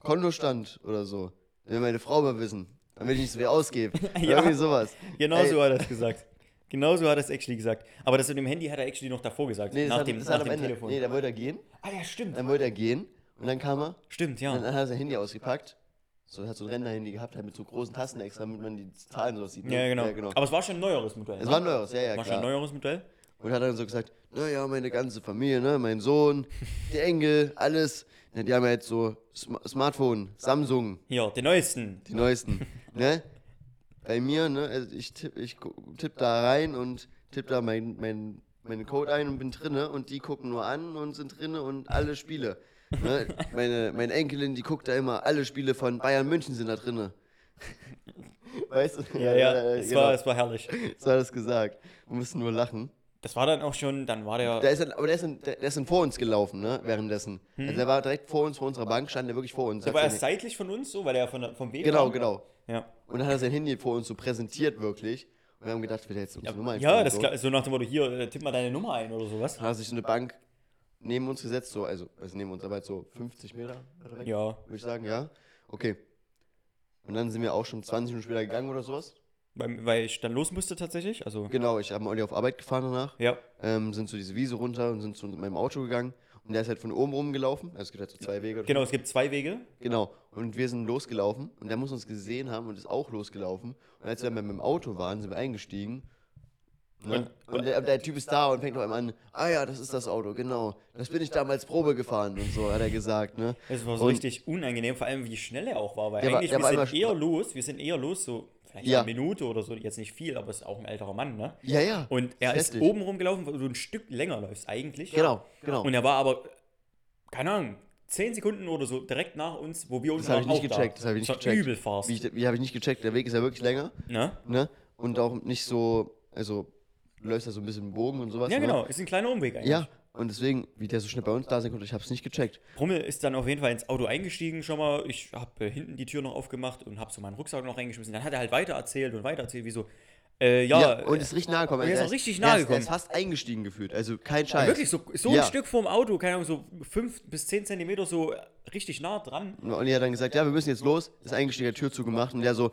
[SPEAKER 1] Kontostand oder so. Will meine Frau mal wissen. Dann will ich nicht so viel ausgeben.
[SPEAKER 2] Ja.
[SPEAKER 1] Irgendwie sowas.
[SPEAKER 2] Genau
[SPEAKER 1] Ey,
[SPEAKER 2] so hat er es gesagt. Genau so hat er es actually gesagt. Aber das mit dem Handy hat er actually noch davor gesagt.
[SPEAKER 1] Nee, das
[SPEAKER 2] nach
[SPEAKER 1] hat,
[SPEAKER 2] dem,
[SPEAKER 1] das
[SPEAKER 2] nach
[SPEAKER 1] hat am
[SPEAKER 2] dem
[SPEAKER 1] Ende.
[SPEAKER 2] Telefon.
[SPEAKER 1] Nee, da wollte er gehen.
[SPEAKER 2] ah ja, stimmt.
[SPEAKER 1] Dann wollte er gehen. Und dann kam er.
[SPEAKER 2] Stimmt, ja.
[SPEAKER 1] Und dann hat er sein Handy ausgepackt. So, er hat so ein Render-Handy gehabt, halt mit so großen Tasten extra, damit man die Zahlen so sieht. ne?
[SPEAKER 2] ja, genau. Aber es war schon ein neueres Modell.
[SPEAKER 1] es
[SPEAKER 2] ne?
[SPEAKER 1] war ein neues, ja, ja,
[SPEAKER 2] War schon ein
[SPEAKER 1] klar.
[SPEAKER 2] neueres Modell.
[SPEAKER 1] Und hat dann so gesagt, naja, meine ganze Familie, ne, mein Sohn, die Enkel, alles. Ne, die haben ja jetzt so Sm Smartphone, Samsung,
[SPEAKER 2] Hier, den neuesten.
[SPEAKER 1] die neuesten, ne. Bei mir, ne, also ich tipp, ich gu- tipp da rein und tipp da mein, mein, meinen Code ein und bin drinne und die gucken nur an und sind drinne und alle Spiele. Ne? Meine, meine Enkelin, die guckt da immer, alle Spiele von Bayern München sind da drinne. Weißt du?
[SPEAKER 2] Ja, ja, es,
[SPEAKER 1] genau.
[SPEAKER 2] war, es war herrlich.
[SPEAKER 1] so hat er es gesagt. Wir mussten nur lachen.
[SPEAKER 2] Das war dann auch schon, dann war der.
[SPEAKER 1] Der ist dann, aber der ist, dann, der der ist dann vor uns gelaufen, ne? Währenddessen. Also der war direkt vor uns, vor unserer Bank, stand der wirklich vor uns.
[SPEAKER 2] Hm. der
[SPEAKER 1] Sagt
[SPEAKER 2] war
[SPEAKER 1] er
[SPEAKER 2] erst seitlich von uns, so, weil er von, der- vom
[SPEAKER 1] nicht-
[SPEAKER 2] Weg
[SPEAKER 1] genau,
[SPEAKER 2] kam.
[SPEAKER 1] genau.
[SPEAKER 2] Ja,
[SPEAKER 1] Und dann hat er sein Handy vor uns so präsentiert, wirklich. Und wir haben gedacht, wird er jetzt unsere Nummer
[SPEAKER 2] ja
[SPEAKER 1] einstellen,
[SPEAKER 2] das
[SPEAKER 1] so.
[SPEAKER 2] ist klar. So nach dem Motto, hier, äh, tipp mal deine Nummer ein oder sowas.
[SPEAKER 1] Dann hat er sich so eine Bank neben uns gesetzt, so, also, also neben uns, aber halt so 50 Meter,
[SPEAKER 2] Ja,
[SPEAKER 1] würde ich sagen, ja. Okay. Und dann sind wir auch schon 20 Minuten später gegangen oder sowas.
[SPEAKER 2] weil, weil ich dann los musste tatsächlich. Also,
[SPEAKER 1] Genau, ich habe Olli auf Arbeit gefahren danach.
[SPEAKER 2] ja.
[SPEAKER 1] ähm, sind zu diese Wiese runter und sind zu meinem Auto gegangen. Und der ist halt von oben rumgelaufen. Also es gibt halt so zwei Wege.
[SPEAKER 2] Genau, es gibt zwei Wege.
[SPEAKER 1] Genau. Und wir sind losgelaufen und der muss uns gesehen haben und ist auch losgelaufen. Und als wir dann mit dem Auto waren, sind wir eingestiegen. Ne? Und, der, der Typ ist da und fängt auf einmal an, ah ja, das ist das Auto, genau. Das bin ich damals Probe gefahren und so, hat er gesagt, ne?
[SPEAKER 2] Es war so
[SPEAKER 1] Und-
[SPEAKER 2] richtig unangenehm, vor allem wie schnell er auch war, weil
[SPEAKER 1] Der war-
[SPEAKER 2] eigentlich
[SPEAKER 1] der war
[SPEAKER 2] wir
[SPEAKER 1] einfach-
[SPEAKER 2] sind eher los, wir sind eher los, so vielleicht
[SPEAKER 1] Ja.
[SPEAKER 2] eine Minute oder so, jetzt nicht viel, aber ist auch ein älterer Mann, ne?
[SPEAKER 1] Ja, ja.
[SPEAKER 2] Und er ist
[SPEAKER 1] hässlich.
[SPEAKER 2] oben rumgelaufen, wo du ein Stück länger läufst eigentlich.
[SPEAKER 1] Genau, genau.
[SPEAKER 2] Und er war aber, keine Ahnung, 10 Sekunden oder so direkt nach uns, wo wir uns
[SPEAKER 1] das habe ich
[SPEAKER 2] waren
[SPEAKER 1] nicht
[SPEAKER 2] auch
[SPEAKER 1] gecheckt,
[SPEAKER 2] Da.
[SPEAKER 1] das habe ich
[SPEAKER 2] Das
[SPEAKER 1] nicht
[SPEAKER 2] war
[SPEAKER 1] gecheckt.
[SPEAKER 2] Übel fast.
[SPEAKER 1] Wie, ich- wie habe ich nicht gecheckt, der Weg ist ja wirklich länger,
[SPEAKER 2] ne?
[SPEAKER 1] ne? Und auch nicht so, also du läufst ja so ein bisschen im Bogen und sowas.
[SPEAKER 2] Ja,
[SPEAKER 1] ne?
[SPEAKER 2] genau, ist ein kleiner Umweg eigentlich.
[SPEAKER 1] Ja, und deswegen, wie der so schnell bei uns da sein konnte, ich hab's nicht gecheckt.
[SPEAKER 2] Brummel ist dann auf jeden Fall ins Auto eingestiegen schon mal. Ich habe äh, hinten die Tür noch aufgemacht und habe so meinen Rucksack noch reingeschmissen. Dann hat er halt weiter erzählt und weiter erzählt, wie so, äh, ja,
[SPEAKER 1] Ja,
[SPEAKER 2] äh,
[SPEAKER 1] und ist richtig nahe gekommen.
[SPEAKER 2] und er ist
[SPEAKER 1] Also
[SPEAKER 2] auch richtig
[SPEAKER 1] der
[SPEAKER 2] nahe
[SPEAKER 1] ist- der
[SPEAKER 2] gekommen.
[SPEAKER 1] ist fast eingestiegen gefühlt, also kein Scheiß.
[SPEAKER 2] Wirklich, so, so
[SPEAKER 1] Ja.
[SPEAKER 2] ein Stück vorm Auto, keine Ahnung, so 5 bis 10 Zentimeter so richtig nah dran.
[SPEAKER 1] Und Olli hat dann gesagt, ja, wir müssen jetzt los. Ist eingestiegen, hat Tür zugemacht und der so.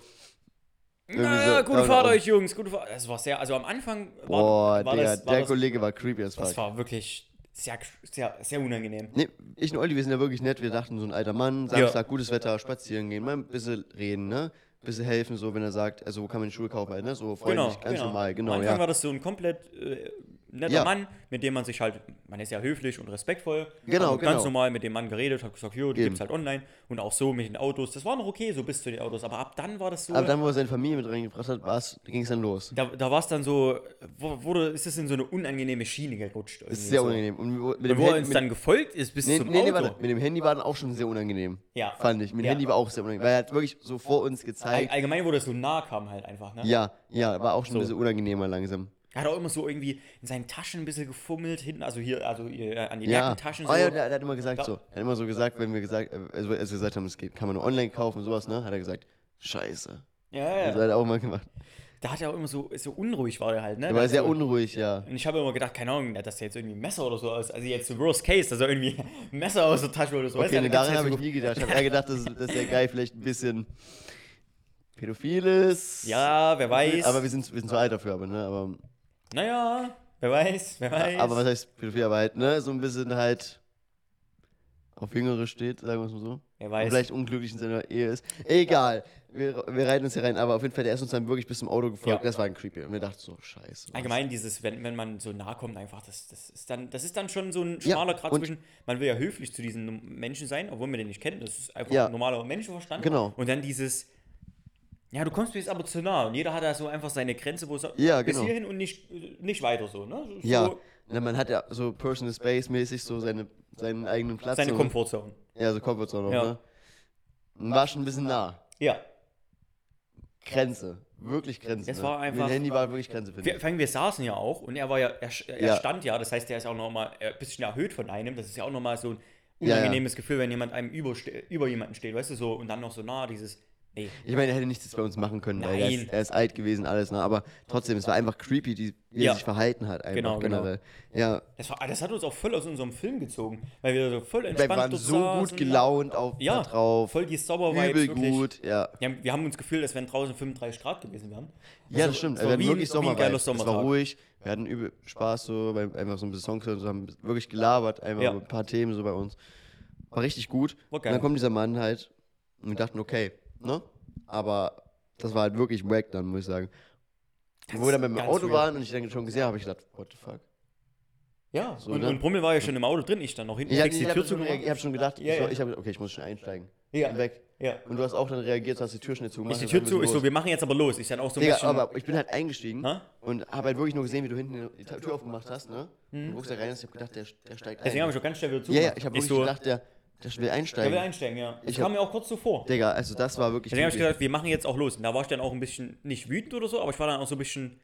[SPEAKER 1] irgendwie
[SPEAKER 2] Na,
[SPEAKER 1] so-
[SPEAKER 2] gute
[SPEAKER 1] Ja,
[SPEAKER 2] Fahrt
[SPEAKER 1] und-
[SPEAKER 2] euch, Jungs, gute Fahrt. Das war sehr, also am Anfang war,
[SPEAKER 1] Boah,
[SPEAKER 2] war
[SPEAKER 1] Digga,
[SPEAKER 2] das, war
[SPEAKER 1] der
[SPEAKER 2] das,
[SPEAKER 1] Kollege war creepy as
[SPEAKER 2] das
[SPEAKER 1] fuck.
[SPEAKER 2] war wirklich sehr, sehr, sehr unangenehm.
[SPEAKER 1] Nee, ich und Olli, wir sind ja wirklich nett. Wir dachten, so ein alter Mann, Samstag, gutes Wetter, spazieren gehen, mal ein bisschen reden, ne? Ein bisschen helfen, so, wenn er sagt, also, wo kann man die Schuhe kaufen, halt, ne? So freundlich,
[SPEAKER 2] Genau,
[SPEAKER 1] ganz
[SPEAKER 2] genau.
[SPEAKER 1] normal, genau,
[SPEAKER 2] Am Anfang
[SPEAKER 1] ja.
[SPEAKER 2] war das so ein komplett äh, netter
[SPEAKER 1] Ja.
[SPEAKER 2] Mann, mit dem man sich halt, man ist ja höflich und respektvoll.
[SPEAKER 1] Genau,
[SPEAKER 2] Also Ganz
[SPEAKER 1] genau.
[SPEAKER 2] normal mit dem Mann geredet, hat gesagt, jo, die
[SPEAKER 1] Eben.
[SPEAKER 2] gibt's halt online. Und auch so mit den Autos. Das war noch okay, so bis zu den Autos. Aber ab dann war das so.
[SPEAKER 1] Aber dann, wo er seine Familie mit reingebracht hat, ging es dann los.
[SPEAKER 2] da, da war es dann so, wo- wurde, ist es in so eine unangenehme Schiene gerutscht.
[SPEAKER 1] Das
[SPEAKER 2] irgendwie
[SPEAKER 1] ist sehr
[SPEAKER 2] so.
[SPEAKER 1] unangenehm. Und wo- mit
[SPEAKER 2] Und
[SPEAKER 1] dem
[SPEAKER 2] wo er
[SPEAKER 1] Handy-
[SPEAKER 2] uns
[SPEAKER 1] mit-
[SPEAKER 2] dann gefolgt ist bis
[SPEAKER 1] Nee,
[SPEAKER 2] zum
[SPEAKER 1] nee, nee,
[SPEAKER 2] Auto.
[SPEAKER 1] warte. Mit dem Handy war dann auch schon sehr unangenehm.
[SPEAKER 2] Ja.
[SPEAKER 1] Fand ich. Mit dem
[SPEAKER 2] Ja.
[SPEAKER 1] Handy war auch sehr unangenehm. Weil er hat wirklich so vor uns
[SPEAKER 2] All,
[SPEAKER 1] gezeigt.
[SPEAKER 2] allgemein, wo das so nah kam halt einfach, ne?
[SPEAKER 1] Ja, ja, war auch schon ein
[SPEAKER 2] So.
[SPEAKER 1] bisschen unangenehmer langsam.
[SPEAKER 2] Er hat auch immer so irgendwie in seinen Taschen ein bisschen gefummelt, hinten, also hier, also äh, an die
[SPEAKER 1] Ja.
[SPEAKER 2] Jackentaschen so.
[SPEAKER 1] Oh ja, der, der hat immer gesagt
[SPEAKER 2] Da-
[SPEAKER 1] so. Er hat immer so gesagt, wenn wir gesagt, äh, also als wir gesagt haben, es geht, kann man nur online kaufen und sowas, ne? Hat er gesagt, scheiße.
[SPEAKER 2] ja, ja.
[SPEAKER 1] Das hat er auch mal gemacht.
[SPEAKER 2] Der hat ja auch immer so, so unruhig war der halt, ne?
[SPEAKER 1] Er
[SPEAKER 2] Der
[SPEAKER 1] war
[SPEAKER 2] hat
[SPEAKER 1] sehr
[SPEAKER 2] so-
[SPEAKER 1] unruhig, ja.
[SPEAKER 2] Und ich habe immer gedacht, keine Ahnung, dass der jetzt irgendwie ein Messer oder so aus, also jetzt so worst case, dass er irgendwie ein Messer aus der Tasche oder so. weißt du,
[SPEAKER 1] Okay,
[SPEAKER 2] der
[SPEAKER 1] nee,
[SPEAKER 2] hat die ganze
[SPEAKER 1] daran
[SPEAKER 2] Zeit
[SPEAKER 1] habe
[SPEAKER 2] so
[SPEAKER 1] ich nie gedacht. Ich habe eher gedacht, dass, dass der Guy vielleicht ein bisschen pädophil ist.
[SPEAKER 2] Ja, wer weiß.
[SPEAKER 1] Aber wir sind, wir sind zu alt dafür, aber, ne? Aber,
[SPEAKER 2] naja, wer weiß, wer weiß.
[SPEAKER 1] aber was heißt pädophil? Aber halt, ne? So ein bisschen halt auf Jüngere steht, sagen wir es mal so.
[SPEAKER 2] wer
[SPEAKER 1] Und
[SPEAKER 2] weiß.
[SPEAKER 1] vielleicht unglücklich in seiner Ehe ist. Egal. Wir, wir reiten uns hier rein, aber auf jeden Fall, der ist uns dann wirklich bis zum Auto gefolgt.
[SPEAKER 2] Ja.
[SPEAKER 1] Das war ein Creepy. Und wir dachten so, scheiße. was?
[SPEAKER 2] Allgemein dieses, wenn, wenn man so nah kommt, einfach, das, das, ist dann, das ist dann schon so ein
[SPEAKER 1] Ja,
[SPEAKER 2] schmaler Grad
[SPEAKER 1] und-
[SPEAKER 2] zwischen, man will ja höflich zu diesen Menschen sein, obwohl man den nicht kennt, das ist einfach
[SPEAKER 1] Ja.
[SPEAKER 2] ein normaler Menschenverstand.
[SPEAKER 1] Genau.
[SPEAKER 2] Und dann dieses, ja, du kommst mir jetzt aber zu nah und jeder hat da so einfach seine Grenze, wo es sagt,
[SPEAKER 1] Ja,
[SPEAKER 2] bis
[SPEAKER 1] genau.
[SPEAKER 2] hierhin und nicht, nicht weiter so, ne? So,
[SPEAKER 1] Ja.
[SPEAKER 2] so
[SPEAKER 1] Na, man hat ja so Personal Space mäßig so seine, seinen eigenen Platz.
[SPEAKER 2] seine
[SPEAKER 1] und-
[SPEAKER 2] Komfortzone.
[SPEAKER 1] Ja, so Komfortzone auch,
[SPEAKER 2] Ja.
[SPEAKER 1] ne? War schon ein bisschen nah.
[SPEAKER 2] Ja.
[SPEAKER 1] Grenze. Wirklich Grenze.
[SPEAKER 2] Das
[SPEAKER 1] ne?
[SPEAKER 2] war
[SPEAKER 1] Mit dem
[SPEAKER 2] einfach-
[SPEAKER 1] Handy war wirklich Grenze, finde
[SPEAKER 2] Wir,
[SPEAKER 1] ich.
[SPEAKER 2] vor allem, wir saßen ja auch und er war ja, er, sch- er
[SPEAKER 1] Ja.
[SPEAKER 2] stand ja, das heißt, er ist auch nochmal ein bisschen erhöht von einem. Das ist ja auch nochmal so ein
[SPEAKER 1] Ja, ja.
[SPEAKER 2] unangenehmes Gefühl, wenn jemand einem über, über jemanden steht, weißt du, so und dann noch so nah, dieses, ey,
[SPEAKER 1] Ich meine, er hätte nichts bei uns machen können, weil er
[SPEAKER 2] Nein.
[SPEAKER 1] ist, er ist alt gewesen, alles, ne? Aber trotzdem, es war einfach creepy, die, wie
[SPEAKER 2] Ja.
[SPEAKER 1] er sich verhalten hat, einfach
[SPEAKER 2] Genau, genau.
[SPEAKER 1] generell. Ja,
[SPEAKER 2] das, war, ah, das hat uns auch voll aus unserem Film gezogen, weil wir so voll
[SPEAKER 1] wir
[SPEAKER 2] entspannt
[SPEAKER 1] waren
[SPEAKER 2] dort
[SPEAKER 1] so gut
[SPEAKER 2] saßen.
[SPEAKER 1] gelaunt auf da
[SPEAKER 2] ja,
[SPEAKER 1] drauf.
[SPEAKER 2] voll die Sauber-Vibes,
[SPEAKER 1] übel
[SPEAKER 2] wirklich.
[SPEAKER 1] gut, ja.
[SPEAKER 2] Wir haben, wir haben uns gefühlt, als wären draußen 35 Grad gewesen wären.
[SPEAKER 1] Ja,
[SPEAKER 2] Also,
[SPEAKER 1] das stimmt.
[SPEAKER 2] es war
[SPEAKER 1] Wir hatten
[SPEAKER 2] wie ein-
[SPEAKER 1] wirklich
[SPEAKER 2] wie ein
[SPEAKER 1] Sommer.
[SPEAKER 2] geiler
[SPEAKER 1] Es war
[SPEAKER 2] Sommertag.
[SPEAKER 1] ruhig. Wir hatten übel Spaß so, weil einfach so ein bisschen Songs hören, so haben wirklich gelabert, einfach
[SPEAKER 2] Ja.
[SPEAKER 1] über ein paar Themen so bei uns. War richtig gut.
[SPEAKER 2] War
[SPEAKER 1] und
[SPEAKER 2] geil.
[SPEAKER 1] dann kommt dieser Mann halt und wir dachten, okay, ne? Aber das war halt wirklich wack dann, muss ich sagen. Wo wir dann mit dem
[SPEAKER 2] ganz
[SPEAKER 1] Auto
[SPEAKER 2] weird.
[SPEAKER 1] waren und ich dann schon gesehen habe, habe ich gedacht, what the fuck.
[SPEAKER 2] Ja,
[SPEAKER 1] So,
[SPEAKER 2] und,
[SPEAKER 1] ne?
[SPEAKER 2] und Brummel war ja schon im Auto drin, ich stand noch hinten,
[SPEAKER 1] Ich habe
[SPEAKER 2] fix die
[SPEAKER 1] hab
[SPEAKER 2] Tür
[SPEAKER 1] schon,
[SPEAKER 2] zugemacht.
[SPEAKER 1] ich hab schon gedacht,
[SPEAKER 2] Ja,
[SPEAKER 1] ich,
[SPEAKER 2] ja.
[SPEAKER 1] ich habe okay, ich muss schon einsteigen.
[SPEAKER 2] Ja.
[SPEAKER 1] Weg.
[SPEAKER 2] Ja.
[SPEAKER 1] Und du hast auch dann reagiert, du hast die Tür schnell zugemacht.
[SPEAKER 2] Ich die
[SPEAKER 1] das war
[SPEAKER 2] Tür
[SPEAKER 1] ein
[SPEAKER 2] zu, ich
[SPEAKER 1] bisschen
[SPEAKER 2] so, wir machen jetzt aber los. Ich dann auch so ein
[SPEAKER 1] Digga,
[SPEAKER 2] bisschen.
[SPEAKER 1] aber ich bin halt eingestiegen
[SPEAKER 2] Hä?
[SPEAKER 1] und habe halt wirklich nur gesehen, wie du hinten die Ta- Tür aufgemacht hast, ne? Und guckst da rein und ich hab gedacht, der, der steigt ein.
[SPEAKER 2] Hm? Deswegen habe ich auch ganz schnell wieder
[SPEAKER 1] ja,
[SPEAKER 2] zugemacht.
[SPEAKER 1] ja, ich habe
[SPEAKER 2] Ist
[SPEAKER 1] wirklich gedacht, der, der will
[SPEAKER 2] Er
[SPEAKER 1] einsteigen.
[SPEAKER 2] will einsteigen, ja. Ich
[SPEAKER 1] hab-
[SPEAKER 2] kam mir auch kurz zuvor.
[SPEAKER 1] Digga, also das war wirklich.
[SPEAKER 2] Deswegen habe ich
[SPEAKER 1] creepy.
[SPEAKER 2] gesagt, wir machen jetzt auch los. Und da war ich dann auch ein bisschen nicht wütend oder so, aber ich war dann auch so ein bisschen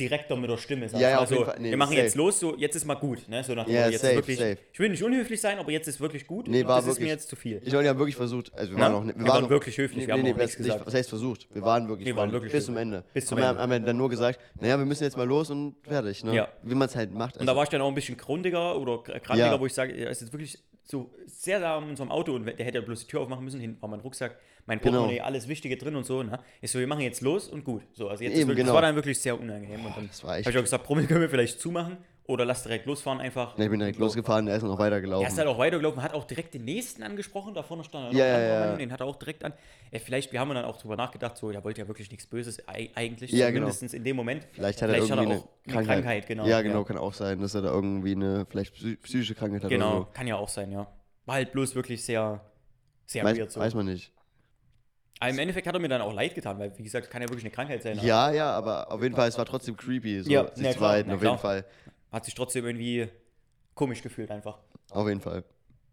[SPEAKER 2] direkter mit der Stimme. sag
[SPEAKER 1] Ja,
[SPEAKER 2] ich
[SPEAKER 1] ja,
[SPEAKER 2] mal
[SPEAKER 1] auf jeden
[SPEAKER 2] so,
[SPEAKER 1] Fall. Nee,
[SPEAKER 2] wir machen
[SPEAKER 1] safe.
[SPEAKER 2] jetzt los, so jetzt ist mal gut. Ne? So nach dem
[SPEAKER 1] Ja,
[SPEAKER 2] Motto, jetzt
[SPEAKER 1] safe,
[SPEAKER 2] ist wirklich,
[SPEAKER 1] safe.
[SPEAKER 2] Ich will nicht unhöflich sein, aber jetzt ist wirklich gut.
[SPEAKER 1] Nee, war
[SPEAKER 2] das ist
[SPEAKER 1] wirklich-
[SPEAKER 2] mir jetzt zu viel.
[SPEAKER 1] ich meine, wir haben wirklich versucht, also wir
[SPEAKER 2] Na?
[SPEAKER 1] waren noch,
[SPEAKER 2] Wir waren
[SPEAKER 1] noch,
[SPEAKER 2] wirklich höflich, wir haben auch
[SPEAKER 1] was-
[SPEAKER 2] nichts gesagt.
[SPEAKER 1] Was heißt versucht? Wir waren wirklich,
[SPEAKER 2] Wir waren
[SPEAKER 1] freundlich,
[SPEAKER 2] wirklich
[SPEAKER 1] bis zum
[SPEAKER 2] höflich.
[SPEAKER 1] Ende.
[SPEAKER 2] Bis zum
[SPEAKER 1] haben, wir-
[SPEAKER 2] Ende.
[SPEAKER 1] haben wir dann nur gesagt, naja, wir müssen jetzt mal los und fertig, ne?
[SPEAKER 2] Ja.
[SPEAKER 1] Wie man es halt macht.
[SPEAKER 2] Und da war ich dann auch ein bisschen grundiger oder kr- krantiger,
[SPEAKER 1] Ja.
[SPEAKER 2] wo ich sage, er ist jetzt wirklich so sehr da an unserem Auto und der hätte ja bloß die Tür aufmachen müssen. Hinten war mein Rucksack, mein
[SPEAKER 1] Genau.
[SPEAKER 2] Portemonnaie, alles Wichtige drin und so. Ne? Ich so, wir machen jetzt los und gut. So, also jetzt ist
[SPEAKER 1] Eben,
[SPEAKER 2] wirklich, das
[SPEAKER 1] genau.
[SPEAKER 2] war dann wirklich sehr unangenehm. Und dann
[SPEAKER 1] das war echt-
[SPEAKER 2] habe ich auch gesagt, Promi, können wir vielleicht zumachen oder lass direkt losfahren einfach.
[SPEAKER 1] ich bin direkt losgefahren, der ist noch weitergelaufen.
[SPEAKER 2] Er ist halt auch weitergelaufen, hat auch direkt den nächsten angesprochen, da vorne stand er noch
[SPEAKER 1] Ja,
[SPEAKER 2] ein
[SPEAKER 1] ja,
[SPEAKER 2] anderer
[SPEAKER 1] ja.
[SPEAKER 2] Mann, den hat er auch direkt an. Äh, vielleicht, wir haben dann auch drüber nachgedacht, so, der wollte ja wirklich nichts Böses ei- eigentlich,
[SPEAKER 1] Ja, genau.
[SPEAKER 2] mindestens in dem Moment.
[SPEAKER 1] Vielleicht hat er irgendwie
[SPEAKER 2] auch
[SPEAKER 1] eine, Krankheit.
[SPEAKER 2] genau.
[SPEAKER 1] Ja, genau, kann auch sein, dass er da irgendwie eine vielleicht psy- psychische Krankheit hat
[SPEAKER 2] Genau,
[SPEAKER 1] oder
[SPEAKER 2] kann ja auch sein, ja. War halt bloß wirklich sehr, sehr
[SPEAKER 1] so. Weiß,
[SPEAKER 2] weird so.
[SPEAKER 1] weiß man nicht.
[SPEAKER 2] Aber Im Endeffekt hat er mir dann auch leid getan, weil, wie gesagt, kann ja wirklich eine Krankheit sein. aber
[SPEAKER 1] Ja, ja, aber auf jeden Fall, es war trotzdem creepy, so
[SPEAKER 2] Ja,
[SPEAKER 1] die
[SPEAKER 2] na klar,
[SPEAKER 1] zweiten,
[SPEAKER 2] na
[SPEAKER 1] auf jeden
[SPEAKER 2] klar.
[SPEAKER 1] Fall.
[SPEAKER 2] Hat sich trotzdem irgendwie komisch gefühlt einfach.
[SPEAKER 1] Auf jeden Fall.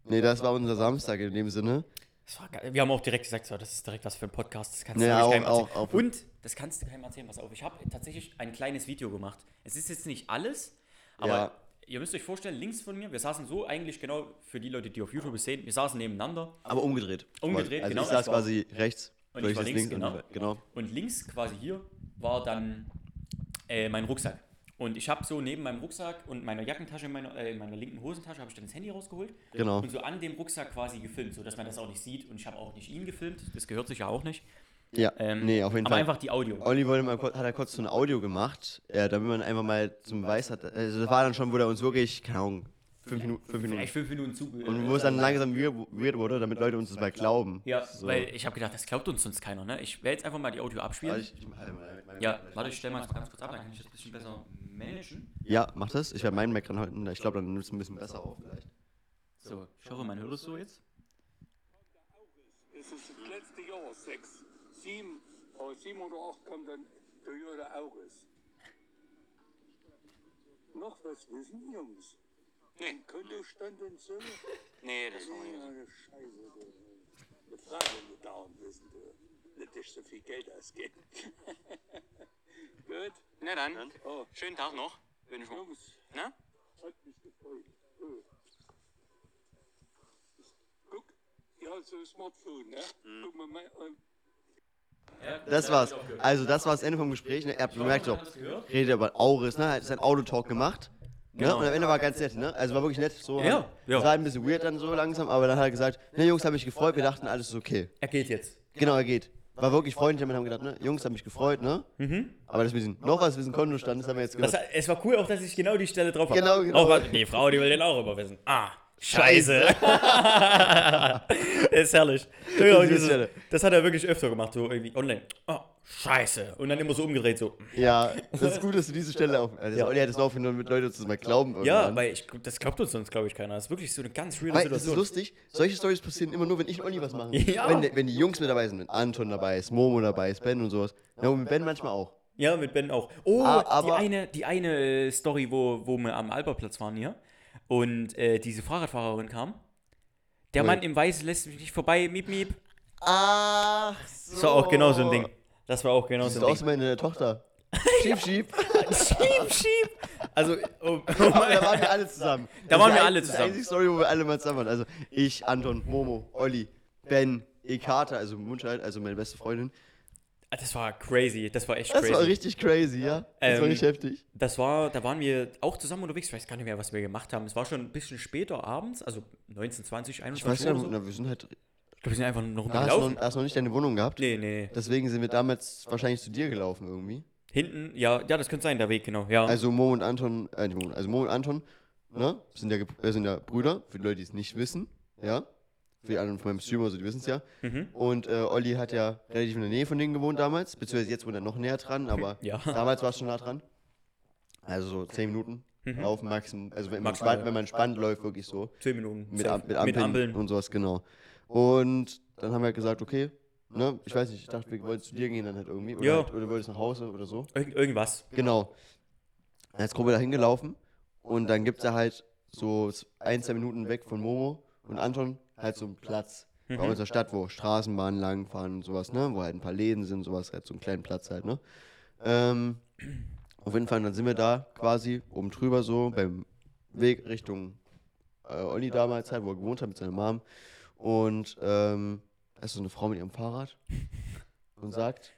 [SPEAKER 1] Nee, das war unser Samstag in dem Sinne.
[SPEAKER 2] Das war geil. Wir haben auch direkt gesagt, so, das ist direkt was für ein Podcast, das kannst
[SPEAKER 1] Ja,
[SPEAKER 2] du
[SPEAKER 1] auch-
[SPEAKER 2] wirklich keinem
[SPEAKER 1] auch-
[SPEAKER 2] erzählen.
[SPEAKER 1] auch-
[SPEAKER 2] Und, das kannst du keinem erzählen, pass auf, ich habe tatsächlich ein kleines Video gemacht. Es ist jetzt nicht alles, aber
[SPEAKER 1] Ja.
[SPEAKER 2] ihr müsst euch vorstellen, links von mir, wir saßen so eigentlich genau, für die Leute, die auf YouTube es sehen, wir saßen nebeneinander
[SPEAKER 1] Aber umgedreht.
[SPEAKER 2] Umgedreht,
[SPEAKER 1] also
[SPEAKER 2] genau,
[SPEAKER 1] Ich saß
[SPEAKER 2] das war-
[SPEAKER 1] quasi rechts,
[SPEAKER 2] Und
[SPEAKER 1] du
[SPEAKER 2] ich war
[SPEAKER 1] saßt
[SPEAKER 2] links, genau.
[SPEAKER 1] und- genau.
[SPEAKER 2] Und links quasi hier war dann äh, mein Rucksack. Und ich habe so neben meinem Rucksack und meiner Jackentasche, in meiner, äh, in meiner linken Hosentasche, habe ich dann das Handy rausgeholt.
[SPEAKER 1] Genau.
[SPEAKER 2] Und so an dem Rucksack quasi gefilmt, sodass man das auch nicht sieht. Und ich habe auch nicht ihn gefilmt, das gehört sich ja auch nicht.
[SPEAKER 1] Ja,
[SPEAKER 2] Ähm,
[SPEAKER 1] nee, auf jeden
[SPEAKER 2] aber
[SPEAKER 1] Fall.
[SPEAKER 2] einfach die Audio.
[SPEAKER 1] Olli wollte mal, kurz- hat er kurz so ein Audio gemacht, äh, damit man einfach mal zum Weiß hat. Also das war dann schon, wo er uns wirklich, keine Ahnung, fünf Minuten, fünf Minuten.
[SPEAKER 2] Vielleicht fünf Minuten zu.
[SPEAKER 1] Und wo es dann langsam weird weird wurde, damit Leute uns das mal glauben.
[SPEAKER 2] äh, also, Ja,
[SPEAKER 1] So.
[SPEAKER 2] weil ich habe gedacht, das glaubt uns sonst keiner, ne? Ich werde jetzt einfach mal die Audio abspielen.
[SPEAKER 1] Also Ich- ich-
[SPEAKER 2] ja, warte, ich stelle mal ganz kurz ab, dann kann ich das ein bisschen besser managen.
[SPEAKER 1] Ja, mach das. Ich werde meinen Mac halten. Ich glaube, dann nimmt es ein bisschen besser auf. Vielleicht.
[SPEAKER 2] So, ich hoffe, man hört es so jetzt.
[SPEAKER 3] Das ist das letzte Jahr, sechs, sieben, aber sieben oder acht kommt dann Toyota Auris. Noch was wissen, Jungs? Nee. Kontostand und so?
[SPEAKER 4] Nee, das war nicht.
[SPEAKER 3] Ja, das Scheiße, du. Eine Frage, wenn du dauernd wissen, du. Nicht, dass ich so viel Geld ausgebe. Gut,
[SPEAKER 4] Na dann,
[SPEAKER 3] Oh.
[SPEAKER 4] schönen Tag noch. Bin ich mal.
[SPEAKER 3] Jungs,
[SPEAKER 4] Na?
[SPEAKER 3] hat mich gefreut. Oh.
[SPEAKER 4] Mhm.
[SPEAKER 3] äh, Guck, ja, so ein Smartphone, ne? Guck mal, mein, ähm,
[SPEAKER 1] Das war's. Also, das war das Ende vom Gespräch. Ne? Ihr habt gemerkt, so, redet über Auris, ne? Hat sein Autotalk gemacht. Ne?
[SPEAKER 2] Genau.
[SPEAKER 1] Und am Ende war ganz nett, ne? Also war wirklich nett. So,
[SPEAKER 2] Ja, ja.
[SPEAKER 1] Es war ein bisschen weird dann so langsam, aber dann hat er gesagt, ne Jungs, habe mich gefreut, wir dachten, alles ist okay.
[SPEAKER 2] Er geht jetzt.
[SPEAKER 1] Genau, er geht. War wirklich freundlich, damit haben gedacht, ne? Jungs, haben mich gefreut, ne?
[SPEAKER 2] Mhm.
[SPEAKER 1] Aber dass wir noch was wissen konnten, stand, das haben wir jetzt
[SPEAKER 2] Das,
[SPEAKER 1] gehört.
[SPEAKER 2] es war cool auch, dass ich genau die Stelle drauf habe.
[SPEAKER 1] Genau, genau.
[SPEAKER 2] Oh, warte, die Frau, die will den auch überwissen. Ah, scheiße. das ist herrlich. Ja, und
[SPEAKER 1] die
[SPEAKER 2] dieses-
[SPEAKER 1] Stelle.
[SPEAKER 2] das hat er wirklich öfter gemacht, so irgendwie online. Ah, scheiße. Und dann immer so umgedreht, so.
[SPEAKER 1] Ja, das ist gut, dass du diese Stelle auf. Also, Olli hat das aufgenommen, damit Leute uns das mal glauben.
[SPEAKER 2] Ja,
[SPEAKER 1] irgendwann.
[SPEAKER 2] weil ich, das glaubt uns sonst, glaube ich, keiner. Das ist wirklich so eine ganz reale
[SPEAKER 1] Weil das ist
[SPEAKER 2] Situation.
[SPEAKER 1] lustig, solche Stories passieren immer nur, wenn ich und Olli was machen.
[SPEAKER 2] Ja.
[SPEAKER 1] Wenn, die- wenn die Jungs mit dabei sind, wenn Anton dabei ist, Momo dabei ist, Ben und sowas. Ja, und mit Ben manchmal auch.
[SPEAKER 2] Ja, mit Ben auch. Oh,
[SPEAKER 1] Ah, aber-
[SPEAKER 2] die eine, die eine äh, Story, wo, wo wir am Alberplatz waren hier und äh, diese Fahrradfahrerin kam. Der
[SPEAKER 1] Nee.
[SPEAKER 2] Mann im Weiß lässt mich nicht vorbei, miep, miep.
[SPEAKER 1] Ach so.
[SPEAKER 2] Das war auch genau so ein Ding. Das war auch genau
[SPEAKER 1] Das
[SPEAKER 2] so
[SPEAKER 1] ist
[SPEAKER 2] ein Ding.
[SPEAKER 1] aus meine Tochter. Schieb, schieb.
[SPEAKER 2] Schieb, schieb. Also, um,
[SPEAKER 1] Aber da waren wir alle zusammen.
[SPEAKER 2] Da
[SPEAKER 1] Das
[SPEAKER 2] waren
[SPEAKER 1] ist
[SPEAKER 2] wir
[SPEAKER 1] die
[SPEAKER 2] alle
[SPEAKER 1] ein- Das
[SPEAKER 2] zusammen.
[SPEAKER 1] ist die einzige Story, wo wir alle mal zusammen waren. Also ich, Anton, Momo, Olli, Ben, Ekata, also Mundscheid, also meine beste Freundin.
[SPEAKER 2] das war crazy. Das war echt
[SPEAKER 1] Das
[SPEAKER 2] crazy.
[SPEAKER 1] war richtig crazy, ja. Das war
[SPEAKER 2] Ähm,
[SPEAKER 1] richtig heftig.
[SPEAKER 2] Das war, da waren wir auch zusammen unterwegs. Ich weiß gar nicht mehr, was wir gemacht haben. Es war schon ein bisschen später abends, also 19, 20,
[SPEAKER 1] Ich weiß
[SPEAKER 2] 21
[SPEAKER 1] ja,
[SPEAKER 2] Uhr. oder So.
[SPEAKER 1] na, wir sind halt.
[SPEAKER 2] Ich glaube, wir sind einfach nur
[SPEAKER 1] Da hast, du
[SPEAKER 2] rumgelaufen.
[SPEAKER 1] noch, hast du noch nicht deine Wohnung gehabt.
[SPEAKER 2] Nee, nee, nee.
[SPEAKER 1] Deswegen sind wir damals wahrscheinlich zu dir gelaufen irgendwie.
[SPEAKER 2] Hinten, ja, ja, das könnte sein, der Weg, genau. Ja.
[SPEAKER 1] Also Mo und Anton, äh, nicht Mo, also Mo und Anton, ne, sind ja, gep- äh, sind ja Brüder, für die Leute, die es nicht wissen, ja. Für die anderen von meinem Stream, also die wissen es ja.
[SPEAKER 2] Mhm.
[SPEAKER 1] Und äh, Olli hat ja relativ in der Nähe von denen gewohnt damals, beziehungsweise jetzt wohnt er noch näher dran, aber
[SPEAKER 2] Ja.
[SPEAKER 1] damals war es schon nah dran. Also so 10 Minuten laufen maximum, also wenn man,
[SPEAKER 2] Mhm. Maximal,
[SPEAKER 1] spannt,
[SPEAKER 2] ja.
[SPEAKER 1] wenn man spannend läuft, wirklich so.
[SPEAKER 2] 10 Minuten.
[SPEAKER 1] Mit,
[SPEAKER 2] safe.
[SPEAKER 1] Am mit, Ampeln und sowas, genau. Und dann haben wir halt gesagt, okay, ne, ich weiß nicht, ich dachte, wir wollten zu dir gehen dann halt irgendwie. Oder,
[SPEAKER 2] Ja.
[SPEAKER 1] halt, oder wolltest nach Hause oder so.
[SPEAKER 2] Irgend, irgendwas.
[SPEAKER 1] Genau. Dann ist Gruppe da hingelaufen und dann gibt es da halt so s- ein, zwei Minuten weg von Momo und Anton halt so einen Platz
[SPEAKER 2] Mhm.
[SPEAKER 1] bei unserer Stadt, wo Straßenbahnen langfahren und sowas, ne? Wo halt ein paar Läden sind, sowas, halt so einen kleinen Platz halt, ne? Ähm, auf jeden Fall, dann sind wir da quasi oben drüber so beim Weg Richtung äh, Olli damals halt, wo er gewohnt hat mit seiner Mom. Und ähm, da ist so eine Frau mit ihrem Fahrrad und sagt,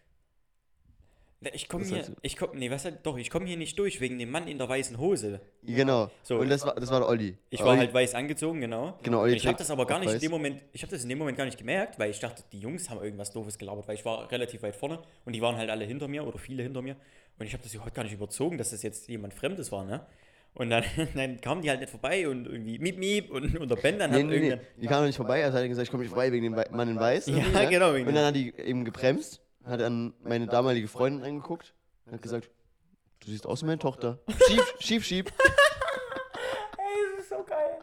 [SPEAKER 2] Na, Ne, Ich komme
[SPEAKER 1] Was
[SPEAKER 2] hier,
[SPEAKER 1] heißt das?
[SPEAKER 2] ich komme, nee, was, doch, ich komme hier nicht durch wegen dem Mann in der weißen Hose.
[SPEAKER 1] genau.
[SPEAKER 2] So.
[SPEAKER 1] und das war, das war der Olli.
[SPEAKER 2] Ich war
[SPEAKER 1] Olli-
[SPEAKER 2] halt weiß angezogen, genau.
[SPEAKER 1] Genau,
[SPEAKER 2] Und
[SPEAKER 1] Olli
[SPEAKER 2] ich habe
[SPEAKER 1] trägt
[SPEAKER 2] das aber gar
[SPEAKER 1] auch
[SPEAKER 2] nicht in
[SPEAKER 1] weiß.
[SPEAKER 2] dem Moment, ich habe das in dem Moment gar nicht gemerkt, weil ich dachte, die Jungs haben irgendwas doofes gelabert, weil ich war relativ weit vorne und die waren halt alle hinter mir oder viele hinter mir und ich habe das überhaupt gar nicht überzogen, dass das jetzt jemand Fremdes war, ne? Und dann, dann kamen die halt nicht vorbei und irgendwie miep miep und, und der Ben dann
[SPEAKER 1] Nee,
[SPEAKER 2] hat
[SPEAKER 1] nee, nee.
[SPEAKER 2] irgendwann
[SPEAKER 1] Die kam nicht vorbei, er hat halt gesagt, ich komme nicht vorbei wegen dem Wei- Mann in Weiß.
[SPEAKER 2] Ja,
[SPEAKER 1] irgendwie, ne?
[SPEAKER 2] genau, wegen
[SPEAKER 1] Und dann hat die eben gebremst, hat dann meine damalige Freundin angeguckt und hat gesagt, du siehst aus wie meine Tochter. Schieb, schieb, schieb.
[SPEAKER 2] Ey, das ist so geil.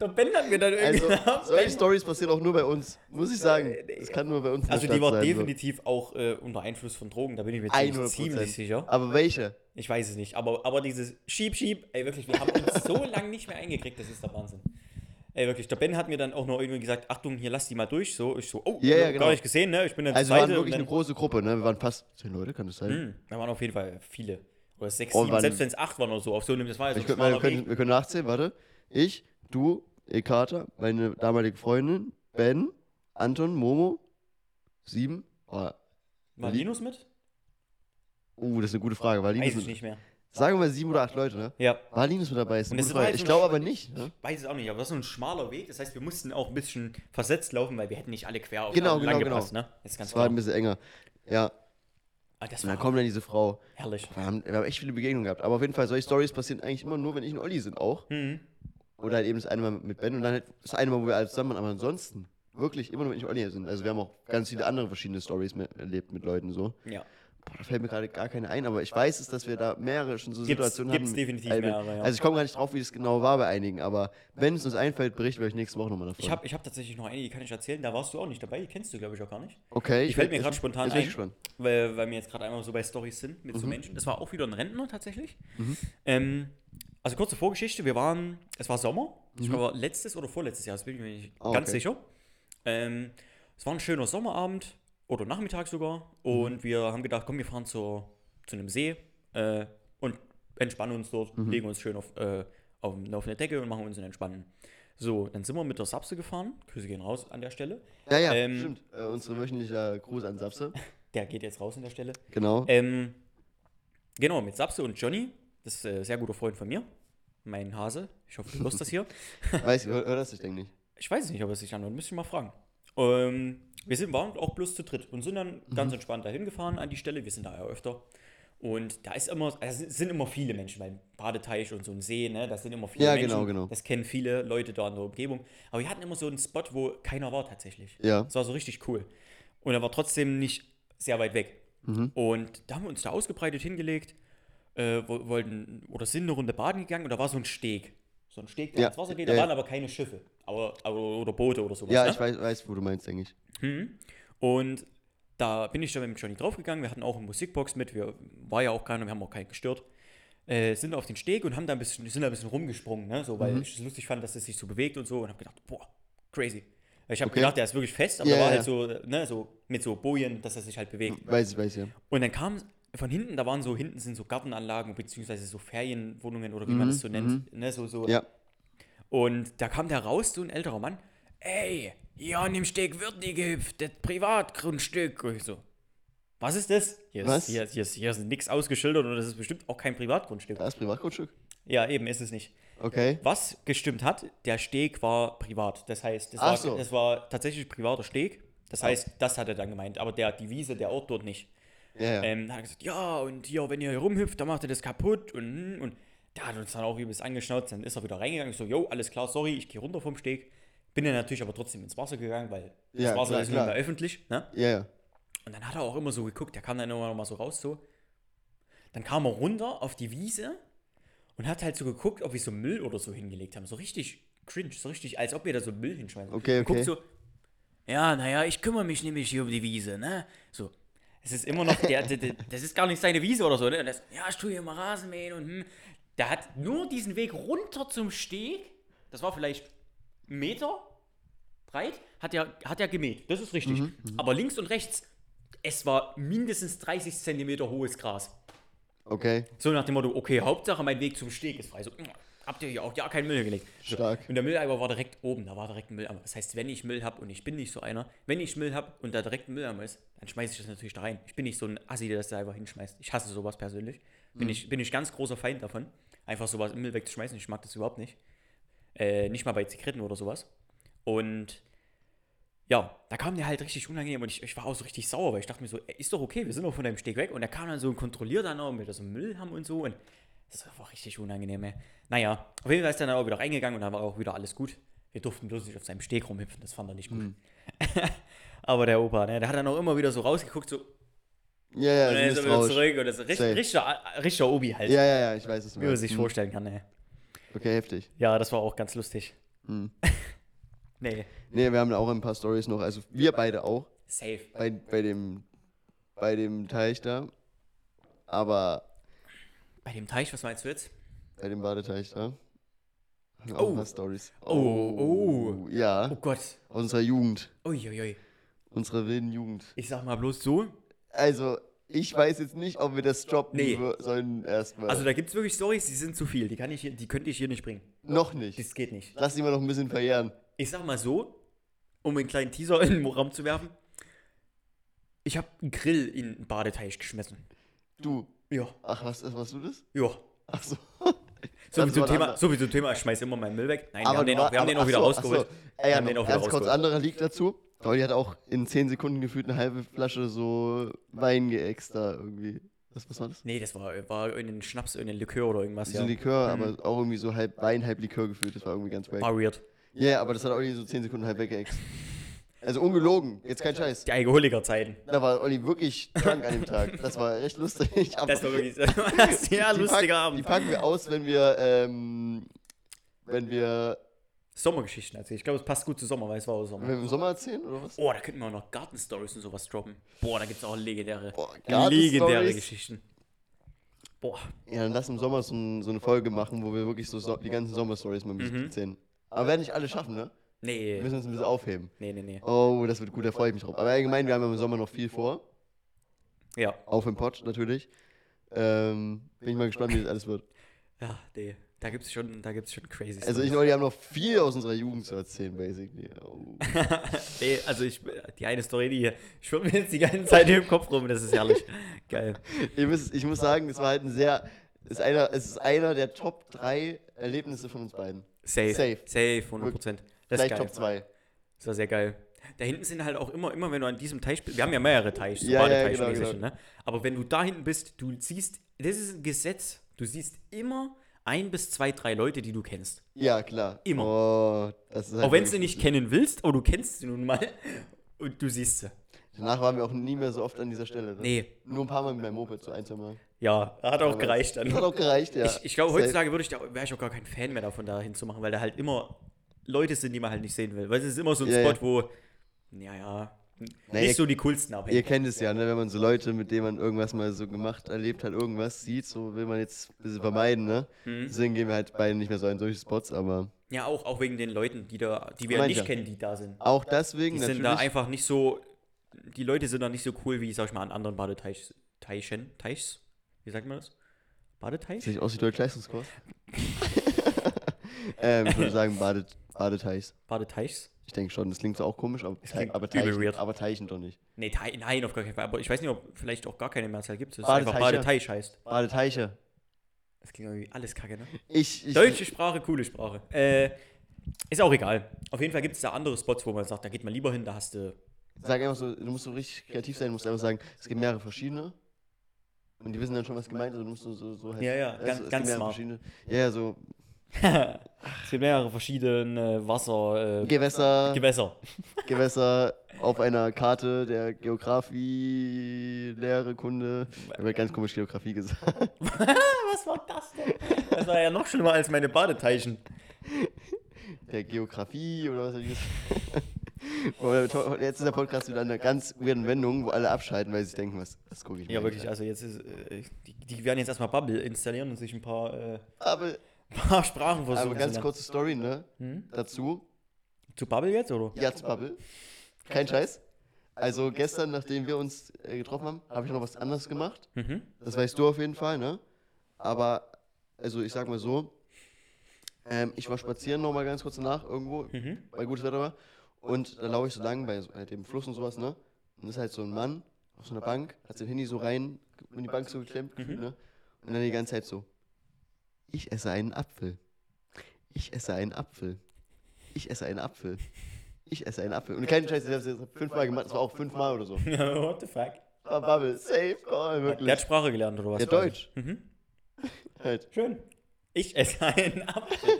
[SPEAKER 2] Der Ben hat mir dann
[SPEAKER 1] Also,
[SPEAKER 2] irgendwie
[SPEAKER 1] solche Stories passieren auch nur bei uns, muss ich sagen. Das kann nur bei uns in der
[SPEAKER 2] Also
[SPEAKER 1] Stadt
[SPEAKER 2] die war
[SPEAKER 1] sein, so.
[SPEAKER 2] definitiv auch äh, unter Einfluss von Drogen, da bin ich mir ziemlich,
[SPEAKER 1] 100%.
[SPEAKER 2] ziemlich sicher.
[SPEAKER 1] Aber welche?
[SPEAKER 2] Ich weiß es nicht, aber, aber dieses Schieb, Schieb, ey, wirklich, wir haben uns so lange nicht mehr eingekriegt, das ist der Wahnsinn. Ey, wirklich, der Ben hat mir dann auch noch irgendwie gesagt, Achtung, hier, lass die mal durch, so. Ich so, oh,
[SPEAKER 1] Ja, ja,
[SPEAKER 2] hab
[SPEAKER 1] genau.
[SPEAKER 2] gar nicht gesehen, ne, ich bin dann
[SPEAKER 1] Also wir
[SPEAKER 2] Zweite
[SPEAKER 1] waren
[SPEAKER 2] und
[SPEAKER 1] wirklich
[SPEAKER 2] dann,
[SPEAKER 1] eine große Gruppe, ne? Wir waren fast zehn Leute, kann das sein?
[SPEAKER 2] Hm, Da waren auf jeden Fall viele. Oder sechs,
[SPEAKER 1] Oh,
[SPEAKER 2] sieben,
[SPEAKER 1] waren-
[SPEAKER 2] selbst wenn es acht waren oder so, auf so einem, das war ja so
[SPEAKER 1] Ich
[SPEAKER 2] ein
[SPEAKER 1] könnt, wir,
[SPEAKER 2] schmaler
[SPEAKER 1] können,
[SPEAKER 2] Weg.
[SPEAKER 1] wir können nachzählen, warte. Ich, du, Ekata, meine damalige Freundin, Ben, Anton, Momo, sieben. Oh,
[SPEAKER 2] War Linus mit?
[SPEAKER 1] uh, das ist eine gute Frage. War Linus
[SPEAKER 2] Weiß
[SPEAKER 1] mit,
[SPEAKER 2] ich nicht mehr.
[SPEAKER 1] sagen wir mal sieben oder acht Leute, ne?
[SPEAKER 2] Ja,
[SPEAKER 1] War Linus mit dabei? Ist
[SPEAKER 2] Und
[SPEAKER 1] eine
[SPEAKER 2] das
[SPEAKER 1] gute
[SPEAKER 2] war
[SPEAKER 1] Frage.
[SPEAKER 2] halt
[SPEAKER 1] ich
[SPEAKER 2] so
[SPEAKER 1] glaube
[SPEAKER 2] eine-
[SPEAKER 1] aber nicht. Ne?
[SPEAKER 2] weiß es auch nicht, aber das war so ein schmaler Weg, das heißt, wir mussten auch ein bisschen versetzt laufen, weil wir hätten nicht alle quer auf
[SPEAKER 1] Genau,
[SPEAKER 2] alle
[SPEAKER 1] genau,
[SPEAKER 2] lang
[SPEAKER 1] genau.
[SPEAKER 2] gepasst, ne. Das ist ganz
[SPEAKER 1] Es war
[SPEAKER 2] klar.
[SPEAKER 1] ein bisschen enger. Ja,
[SPEAKER 2] Ah, das
[SPEAKER 1] und
[SPEAKER 2] war
[SPEAKER 1] dann kommt dann diese Frau.
[SPEAKER 2] herrlich.
[SPEAKER 1] Wir haben, wir haben echt viele Begegnungen gehabt. Aber auf jeden Fall, solche Stories passieren eigentlich immer nur, wenn ich und Olli sind auch. Oder halt eben das eine Mal mit Ben und dann halt das eine Mal, wo wir alle zusammen waren. Aber ansonsten wirklich immer nur, wenn ich und Olli sind. Also wir haben auch ganz viele andere verschiedene Stories mit, erlebt mit Leuten so.
[SPEAKER 2] Ja.
[SPEAKER 1] Boah, da fällt mir gerade gar keine ein, aber ich weiß es, dass wir da mehrere schon so
[SPEAKER 2] Gibt's-
[SPEAKER 1] Situationen
[SPEAKER 2] gibt's
[SPEAKER 1] hatten.
[SPEAKER 2] definitiv
[SPEAKER 1] also,
[SPEAKER 2] mehrere, ja.
[SPEAKER 1] Also ich komme gar nicht drauf, wie es genau war bei einigen, aber wenn es uns einfällt, berichten wir euch nächste Woche nochmal davon.
[SPEAKER 2] Ich habe ich hab tatsächlich noch eine, die kann ich erzählen. Da warst du auch nicht dabei, die kennst du, glaube ich, auch gar nicht.
[SPEAKER 1] okay,
[SPEAKER 2] Die fällt mir gerade spontan
[SPEAKER 1] jetzt bin ich
[SPEAKER 2] ein,
[SPEAKER 1] gespannt.
[SPEAKER 2] weil, weil wir jetzt gerade einmal so bei Stories sind mit
[SPEAKER 1] Mhm.
[SPEAKER 2] so Menschen. Das war auch wieder ein Rentner tatsächlich. Ähm, also kurze Vorgeschichte, wir waren, es war Sommer, ich glaube letztes oder vorletztes Jahr, das bin ich mir nicht
[SPEAKER 1] Mhm. Ah,
[SPEAKER 2] ganz
[SPEAKER 1] okay.
[SPEAKER 2] sicher. Ähm, es war ein schöner Sommerabend oder Nachmittag sogar
[SPEAKER 1] Mhm.
[SPEAKER 2] und wir haben gedacht, komm, wir fahren zur, zu einem See äh, und entspannen uns dort,
[SPEAKER 1] Mhm.
[SPEAKER 2] legen uns schön auf, äh, auf, auf eine Decke und machen uns ein Entspannen. So, dann sind wir mit der Sapse gefahren. Grüße gehen raus an der Stelle.
[SPEAKER 1] Ja, ja,
[SPEAKER 2] Ähm,
[SPEAKER 1] stimmt. Äh, unsere wöchentliche Gruß an Sapse.
[SPEAKER 2] Der geht jetzt raus an der Stelle.
[SPEAKER 1] Genau.
[SPEAKER 2] Ähm, genau, mit Sapse und Johnny, das ist äh, sehr guter Freund von mir, mein Hase. Ich hoffe, du hörst das hier.
[SPEAKER 1] Weiß ich, hör, hör das, ich denke nicht.
[SPEAKER 2] Ich weiß es nicht, ob er sich anhört, müsste ich mal fragen. Ähm, wir sind waren auch bloß zu dritt und sind dann
[SPEAKER 1] Mhm.
[SPEAKER 2] ganz entspannt dahin gefahren an die Stelle. Wir sind da ja öfter. Und da ist immer, also es sind immer viele Menschen, weil Badeteich und so ein See, ne, da sind immer viele
[SPEAKER 1] Ja,
[SPEAKER 2] Menschen.
[SPEAKER 1] genau, genau.
[SPEAKER 2] Das kennen viele Leute da in der Umgebung. Aber wir hatten immer so einen Spot, wo keiner war tatsächlich.
[SPEAKER 1] Ja.
[SPEAKER 2] Das war so richtig cool. Und er war trotzdem nicht sehr weit weg.
[SPEAKER 1] Mhm.
[SPEAKER 2] Und da haben wir uns da ausgebreitet hingelegt, äh, wo- wollten oder sind eine Runde baden gegangen und da war so ein Steg. So ein Steg, der
[SPEAKER 1] Ja,
[SPEAKER 2] ins Wasser geht,
[SPEAKER 1] ja,
[SPEAKER 2] da
[SPEAKER 1] ja.
[SPEAKER 2] waren aber keine Schiffe aber, aber, oder Boote oder sowas.
[SPEAKER 1] Ja,
[SPEAKER 2] ne?
[SPEAKER 1] ich weiß, weiß, wo du meinst, denke ich.
[SPEAKER 2] Und da bin ich dann mit dem Johnny draufgegangen. Wir hatten auch eine Musikbox mit. Wir war ja auch keiner, wir haben auch keinen gestört. Äh, sind auf den Steg und haben da ein bisschen, sind da ein bisschen rumgesprungen, ne? so, weil
[SPEAKER 1] Mhm.
[SPEAKER 2] ich es lustig fand, dass es sich so bewegt und so. Und habe gedacht, boah, crazy. Ich habe gedacht, der ist wirklich fest, aber
[SPEAKER 1] Ja,
[SPEAKER 2] der war
[SPEAKER 1] ja,
[SPEAKER 2] halt so, ne, so mit so Bojen, dass er sich halt bewegt.
[SPEAKER 1] Weiß ich, weiß ich, ja.
[SPEAKER 2] Und dann kam von hinten, da waren so, hinten sind so Gartenanlagen, beziehungsweise so Ferienwohnungen oder wie man das so nennt. Ne, so, so
[SPEAKER 1] Mhm, Ja.
[SPEAKER 2] und da kam da raus, so ein älterer Mann. Ey, hier an dem Steg wird nie gehüpft, das Privatgrundstück. Und ich so, was ist das? Hier
[SPEAKER 1] Was?
[SPEAKER 2] ist, hier, ist- hier ist, hier ist nichts ausgeschildert und das ist bestimmt auch kein Privatgrundstück.
[SPEAKER 1] Das ist Privatgrundstück.
[SPEAKER 2] Ja, eben ist es nicht.
[SPEAKER 1] Okay.
[SPEAKER 2] Was gestimmt hat, der Steg war privat. Das heißt, das,
[SPEAKER 1] Ach
[SPEAKER 2] war,
[SPEAKER 1] so.
[SPEAKER 2] das war tatsächlich privater Steg. Das heißt, das hat er dann gemeint, aber der, die Wiese, der Ort dort nicht.
[SPEAKER 1] Ja, ja.
[SPEAKER 2] Ähm, da hat er gesagt, ja, und hier, wenn ihr hier rumhüpft, dann macht ihr das kaputt und, und da hat uns dann auch übelst angeschnauzt, dann ist er wieder reingegangen, ich so, yo, alles klar, sorry, ich gehe runter vom Steg. Bin dann natürlich aber trotzdem ins Wasser gegangen, weil das
[SPEAKER 1] Ja,
[SPEAKER 2] Wasser
[SPEAKER 1] klar,
[SPEAKER 2] ist
[SPEAKER 1] klar.
[SPEAKER 2] nicht mehr öffentlich, ne?
[SPEAKER 1] Ja, ja.
[SPEAKER 2] Und dann hat er auch immer so geguckt, der kam dann immer noch mal so raus, so. Dann kam er runter auf die Wiese und hat halt so geguckt, ob wir so Müll oder so hingelegt haben. So richtig cringe, so richtig, als ob wir da so Müll hinschmeißen.
[SPEAKER 1] Okay,
[SPEAKER 2] Und
[SPEAKER 1] okay.
[SPEAKER 2] Guckt so, ja, naja, ich kümmere mich nämlich hier um die Wiese, ne? So. Es ist immer noch, der, der, der, das ist gar nicht seine Wiese oder so, ne? Und das, ja, ich tue hier mal Rasenmähen und hm. Der hat nur diesen Weg runter zum Steg, das war vielleicht einen Meter breit, hat er, hat er gemäht. Das ist richtig.
[SPEAKER 1] Mhm,
[SPEAKER 2] Aber links und rechts, es war mindestens 30 Zentimeter hohes Gras.
[SPEAKER 1] Okay.
[SPEAKER 2] So nach dem Motto, okay, Hauptsache mein Weg zum Steg ist frei. So, mm, habt ihr hier auch ja keinen Müll gelegt. So.
[SPEAKER 1] Stark.
[SPEAKER 2] Und der Mülleimer war direkt oben, da war direkt ein Mülleimer. Das heißt, wenn ich Müll habe und ich bin nicht so einer, wenn ich Müll habe und da direkt ein Mülleimer ist, dann schmeiße ich das natürlich da rein. Ich bin nicht so ein Assi, der das da einfach hinschmeißt. Ich hasse sowas persönlich. Bin, ich, bin ich ganz großer Feind davon, einfach sowas im Müll wegzuschmeißen. Ich mag das überhaupt nicht. Äh, nicht mal bei Zigaretten oder sowas. Und ja, da kam der halt richtig unangenehm und ich, ich war auch so richtig sauer, weil ich dachte mir so, ey, ist doch okay, wir sind doch von deinem Steg weg. Und er kam dann so und kontrolliert dann auch, ob wir da so Müll haben und so. Und das war richtig unangenehm, ey. Naja, auf jeden Fall ist er dann auch wieder reingegangen und dann war auch wieder alles gut. Wir durften bloß nicht auf seinem Steg rumhüpfen, das fand er nicht gut.
[SPEAKER 1] Hm.
[SPEAKER 2] Aber der Opa, ne, der hat dann auch immer wieder so rausgeguckt, so, und
[SPEAKER 1] Ja, ja,
[SPEAKER 2] dann
[SPEAKER 1] sie
[SPEAKER 2] ist er
[SPEAKER 1] ist
[SPEAKER 2] wieder
[SPEAKER 1] raus.
[SPEAKER 2] zurück und das ist
[SPEAKER 1] Safe.
[SPEAKER 2] richtig, richtiger, richtiger Obi halt,
[SPEAKER 1] Ja, Hm. ja, ja, ich weiß es
[SPEAKER 2] wie man
[SPEAKER 1] nicht.
[SPEAKER 2] sich vorstellen kann, ey.
[SPEAKER 1] Okay, heftig.
[SPEAKER 2] Ja, das war auch ganz lustig.
[SPEAKER 1] Hm.
[SPEAKER 2] nee,
[SPEAKER 1] Nee, wir haben da auch ein paar Stories noch. Also wir beide auch
[SPEAKER 2] safe.
[SPEAKER 1] bei, bei dem bei dem Teich da. Aber
[SPEAKER 2] Bei dem Teich, was meinst du jetzt?
[SPEAKER 1] bei dem Badeteich da. haben wir Auch
[SPEAKER 2] Oh.
[SPEAKER 1] ein paar Stories.
[SPEAKER 2] Oh, Oh
[SPEAKER 1] Ja,
[SPEAKER 2] Gott.
[SPEAKER 1] unsere Jugend.
[SPEAKER 2] Uiuiui.
[SPEAKER 1] Unsere wilden Jugend.
[SPEAKER 2] Ich sag mal bloß so.
[SPEAKER 1] Also, ich weiß jetzt nicht, ob wir das droppen
[SPEAKER 2] Nee.
[SPEAKER 1] wür- sollen erstmal.
[SPEAKER 2] Also da gibt's wirklich Stories, die sind zu viel. Die kann ich hier, die könnte ich hier nicht bringen.
[SPEAKER 1] noch nicht.
[SPEAKER 2] Das geht nicht.
[SPEAKER 1] Lass die mal noch ein bisschen verjähren.
[SPEAKER 2] Ich sag mal so, um einen kleinen Teaser in den Raum zu werfen. Ich habe einen Grill in den Badeteich geschmissen.
[SPEAKER 1] Du.
[SPEAKER 2] Ja,
[SPEAKER 1] Ach, was, warst du das?
[SPEAKER 2] ja.
[SPEAKER 1] Ach so.
[SPEAKER 2] So
[SPEAKER 1] Das
[SPEAKER 2] wie zum
[SPEAKER 1] war ein
[SPEAKER 2] Thema,
[SPEAKER 1] anderer.
[SPEAKER 2] so wie zum Thema, ich schmeiß immer meinen Müll weg. Nein, wir haben den
[SPEAKER 1] du
[SPEAKER 2] auch, wir haben
[SPEAKER 1] war-
[SPEAKER 2] den auch
[SPEAKER 1] ach
[SPEAKER 2] wieder
[SPEAKER 1] so, ach
[SPEAKER 2] rausgeholt.
[SPEAKER 1] So. Ey,
[SPEAKER 2] Wir
[SPEAKER 1] ja,
[SPEAKER 2] haben den auch wieder
[SPEAKER 1] ganz kurz,
[SPEAKER 2] rausgeholt.
[SPEAKER 1] anderer liegt dazu. Dolly hat auch in 10 Sekunden gefühlt eine halbe Flasche so Wein geäxt da irgendwie. Was, was war das?
[SPEAKER 2] Nee, das war, war irgendein Schnaps, irgendein Likör oder irgendwas.
[SPEAKER 1] So
[SPEAKER 2] Ja. Mhm.
[SPEAKER 1] Likör, aber auch irgendwie so halb Wein, halb Likör gefühlt. Das war irgendwie ganz wack. Ja,
[SPEAKER 2] War weird.
[SPEAKER 1] ja, aber das hat Olli so 10 Sekunden halb weggeäxt. Also ungelogen, jetzt kein Scheiß.
[SPEAKER 2] Die Alkoholikerzeiten.
[SPEAKER 1] Da war Olli wirklich krank an dem Tag. Das war echt lustig. aber-
[SPEAKER 2] Das war wirklich ein sehr
[SPEAKER 1] die
[SPEAKER 2] lustiger
[SPEAKER 1] packen, Die
[SPEAKER 2] Abend.
[SPEAKER 1] packen wir aus, wenn wir, ähm, wenn wir,
[SPEAKER 2] Sommergeschichten erzählen. Ich glaube, es passt gut zu Sommer, weil es war auch Sommer.
[SPEAKER 1] wenn wir im Sommer erzählen oder was?
[SPEAKER 2] Oh, da könnten wir auch noch Gartenstories und sowas droppen. Boah, da gibt es auch legendäre,
[SPEAKER 1] Boah, Gartenstories.
[SPEAKER 2] legendäre Geschichten. Boah,
[SPEAKER 1] Ja, dann lass im Sommer so, ein, so eine Folge machen, wo wir wirklich so, so die ganzen Sommer-Stories mal ein
[SPEAKER 2] Mhm.
[SPEAKER 1] bisschen erzählen. Aber werden nicht alle schaffen, ne?
[SPEAKER 2] nee,
[SPEAKER 1] Wir müssen uns ein bisschen aufheben.
[SPEAKER 2] nee, nee, nee.
[SPEAKER 1] Oh, das wird gut, da freue ich mich drauf. Aber allgemein, wir haben im Sommer noch viel vor.
[SPEAKER 2] Ja,
[SPEAKER 1] Auf im Pott natürlich. Ähm, bin ich mal gespannt, wie das alles wird.
[SPEAKER 2] ja, nee. Da gibt's schon, da gibt's schon crazy
[SPEAKER 1] Also ich
[SPEAKER 2] Stories.
[SPEAKER 1] und Olli haben noch viel aus unserer Jugend zu erzählen, basically. Oh.
[SPEAKER 2] Ey, also ich, die eine Story, die schwirrt mir jetzt die ganze Zeit im Kopf rum, das ist herrlich. Geil.
[SPEAKER 1] Ich muss, ich muss sagen, es war halt ein sehr. Ist einer, es ist einer der Top 3 Erlebnisse von uns beiden.
[SPEAKER 2] Safe. Safe,
[SPEAKER 1] Safe.
[SPEAKER 2] 100%. Das ist
[SPEAKER 1] Vielleicht
[SPEAKER 2] geil.
[SPEAKER 1] Top 2.
[SPEAKER 2] Das war sehr geil. Da hinten sind halt auch immer, immer wenn du an diesem Teich bist, wir haben ja mehrere Teiche, so
[SPEAKER 1] Ja, ja,
[SPEAKER 2] Badeteich-
[SPEAKER 1] genau,
[SPEAKER 2] mäßig,
[SPEAKER 1] genau.
[SPEAKER 2] ne? Aber wenn du da hinten bist, du siehst, das ist ein Gesetz, du siehst immer ein bis zwei, drei Leute, die du kennst.
[SPEAKER 1] Ja, klar.
[SPEAKER 2] Immer.
[SPEAKER 1] Oh, das ist halt
[SPEAKER 2] Auch wenn du sie
[SPEAKER 1] wirklich-
[SPEAKER 2] nicht kennen willst, aber du kennst sie nun mal und du siehst sie.
[SPEAKER 1] Danach waren wir auch nie mehr so oft an dieser Stelle. Ne?
[SPEAKER 2] Nee.
[SPEAKER 1] Nur ein paar Mal mit meinem Moped, so ein, zwei Mal.
[SPEAKER 2] Ja, hat auch gereicht dann.
[SPEAKER 1] Das hat auch gereicht, ja.
[SPEAKER 2] Ich, ich glaube,
[SPEAKER 1] Safe.
[SPEAKER 2] heutzutage würde ich da, wäre ich auch gar kein Fan mehr davon, da hinzumachen, weil da halt immer Leute sind, die man halt nicht sehen will. Weil es ist immer so ein
[SPEAKER 1] Ja, ja.
[SPEAKER 2] Spot, wo, naja,
[SPEAKER 1] Naja,
[SPEAKER 2] nicht so die coolsten abhängen.
[SPEAKER 1] Ihr kennt es ja, ne? wenn man so Leute, mit denen man irgendwas mal so gemacht, erlebt hat, irgendwas sieht, so will man jetzt ein bisschen vermeiden, ne?
[SPEAKER 2] Mhm.
[SPEAKER 1] Deswegen gehen wir halt beide nicht mehr so an solche Spots, aber
[SPEAKER 2] Ja, auch, auch wegen den Leuten, die da, die wir
[SPEAKER 1] Meint
[SPEAKER 2] nicht
[SPEAKER 1] ja.
[SPEAKER 2] kennen, die da sind.
[SPEAKER 1] auch deswegen
[SPEAKER 2] Die
[SPEAKER 1] natürlich.
[SPEAKER 2] sind da einfach nicht so, die Leute sind da nicht so cool wie, sag ich mal, an anderen Badeteichs, Teichen, Teichs, wie sagt man das? Badeteich?
[SPEAKER 1] Sieht aus wie Deutsch-Leistungskurs. ähm, ich würde sagen Bade, Badeteichs.
[SPEAKER 2] Badeteichs?
[SPEAKER 1] Ich denke schon, das klingt zwar auch komisch, aber, Tei-
[SPEAKER 2] klingt
[SPEAKER 1] aber,
[SPEAKER 2] übel
[SPEAKER 1] Teichen,
[SPEAKER 2] weird.
[SPEAKER 1] aber Teichen doch nicht.
[SPEAKER 2] Nee, Teich, nein, auf gar keinen Fall. Aber ich weiß nicht, ob vielleicht auch gar keine Mehrzahl gibt. Das ist
[SPEAKER 1] Badeteich,
[SPEAKER 2] einfach
[SPEAKER 1] ja.
[SPEAKER 2] Badeteich heißt.
[SPEAKER 1] Badeteiche.
[SPEAKER 2] Das klingt irgendwie alles kacke, ne?
[SPEAKER 1] Ich, ich,
[SPEAKER 2] Deutsche Sprache, coole Sprache. Äh, ist auch egal. Auf jeden Fall gibt es da andere Spots, wo man sagt, da geht man lieber hin, da hast du.
[SPEAKER 1] Sag einfach so, du musst so richtig kreativ sein, du musst einfach sagen, es gibt mehrere verschiedene. Und die wissen dann schon, was gemeint ist. und Du musst so, so, so halt,
[SPEAKER 2] Ja, ja,
[SPEAKER 1] weißt du,
[SPEAKER 2] ganz-
[SPEAKER 1] es gibt
[SPEAKER 2] ganz
[SPEAKER 1] mehrere
[SPEAKER 2] smart.
[SPEAKER 1] verschiedene. Ja, ja, so
[SPEAKER 2] Es gibt mehrere verschiedene Wasser. Äh,
[SPEAKER 1] Gewässer,
[SPEAKER 2] Gewässer.
[SPEAKER 1] Gewässer auf einer Karte der Geografie, Lehre, Kunde. Ich habe ganz komisch Geografie gesagt.
[SPEAKER 2] Was war das denn? Das war ja noch schlimmer als meine Badeteichen.
[SPEAKER 1] Der Geografie oder was hab ich gesagt? Boah, to- Jetzt ist der Podcast wieder an einer ganz weirden Wendung, wo alle abschalten, weil sie sich denken, was, was gucke ich mir
[SPEAKER 2] Ja,
[SPEAKER 1] an?
[SPEAKER 2] wirklich. Also jetzt ist. Äh, die, die werden jetzt erstmal Bubble installieren und sich ein paar, äh,
[SPEAKER 1] Aber,
[SPEAKER 2] paar Sprachen versuchen.
[SPEAKER 1] aber
[SPEAKER 2] zu
[SPEAKER 1] Ähm, ganz
[SPEAKER 2] lernen.
[SPEAKER 1] kurze Story, ne?
[SPEAKER 2] Hm?
[SPEAKER 1] Dazu.
[SPEAKER 2] Zu Bubble jetzt, oder?
[SPEAKER 1] Jazzbubble. Kein Scheiß. Also gestern, nachdem wir uns äh, getroffen haben, habe ich noch was anderes gemacht.
[SPEAKER 2] Mhm.
[SPEAKER 1] Das weißt du auf jeden Fall, ne? Aber, also ich sag mal so, ähm, ich war spazieren nochmal ganz kurz danach irgendwo, weil gutes Wetter war. Und da laufe ich so lang bei, so- halt dem Fluss und sowas, ne? Und ist halt so ein Mann auf so einer Bank, hat sein Handy so rein in die Bank so geklemmt, gefühlt, ne? Und dann die ganze Zeit so, ich esse einen Apfel. Ich esse einen Apfel. Ich esse einen Apfel. Ich esse einen Apfel. Und kein Scheiß, ich habe es fünfmal gemacht, das war auch fünfmal oder so.
[SPEAKER 2] What the fuck?
[SPEAKER 1] War Bubble, safe call,
[SPEAKER 2] Der hat
[SPEAKER 1] wirklich.
[SPEAKER 2] Sprache gelernt, oder was?
[SPEAKER 1] Ja, Deutsch. Halt.
[SPEAKER 2] Schön. Ich esse einen Apfel.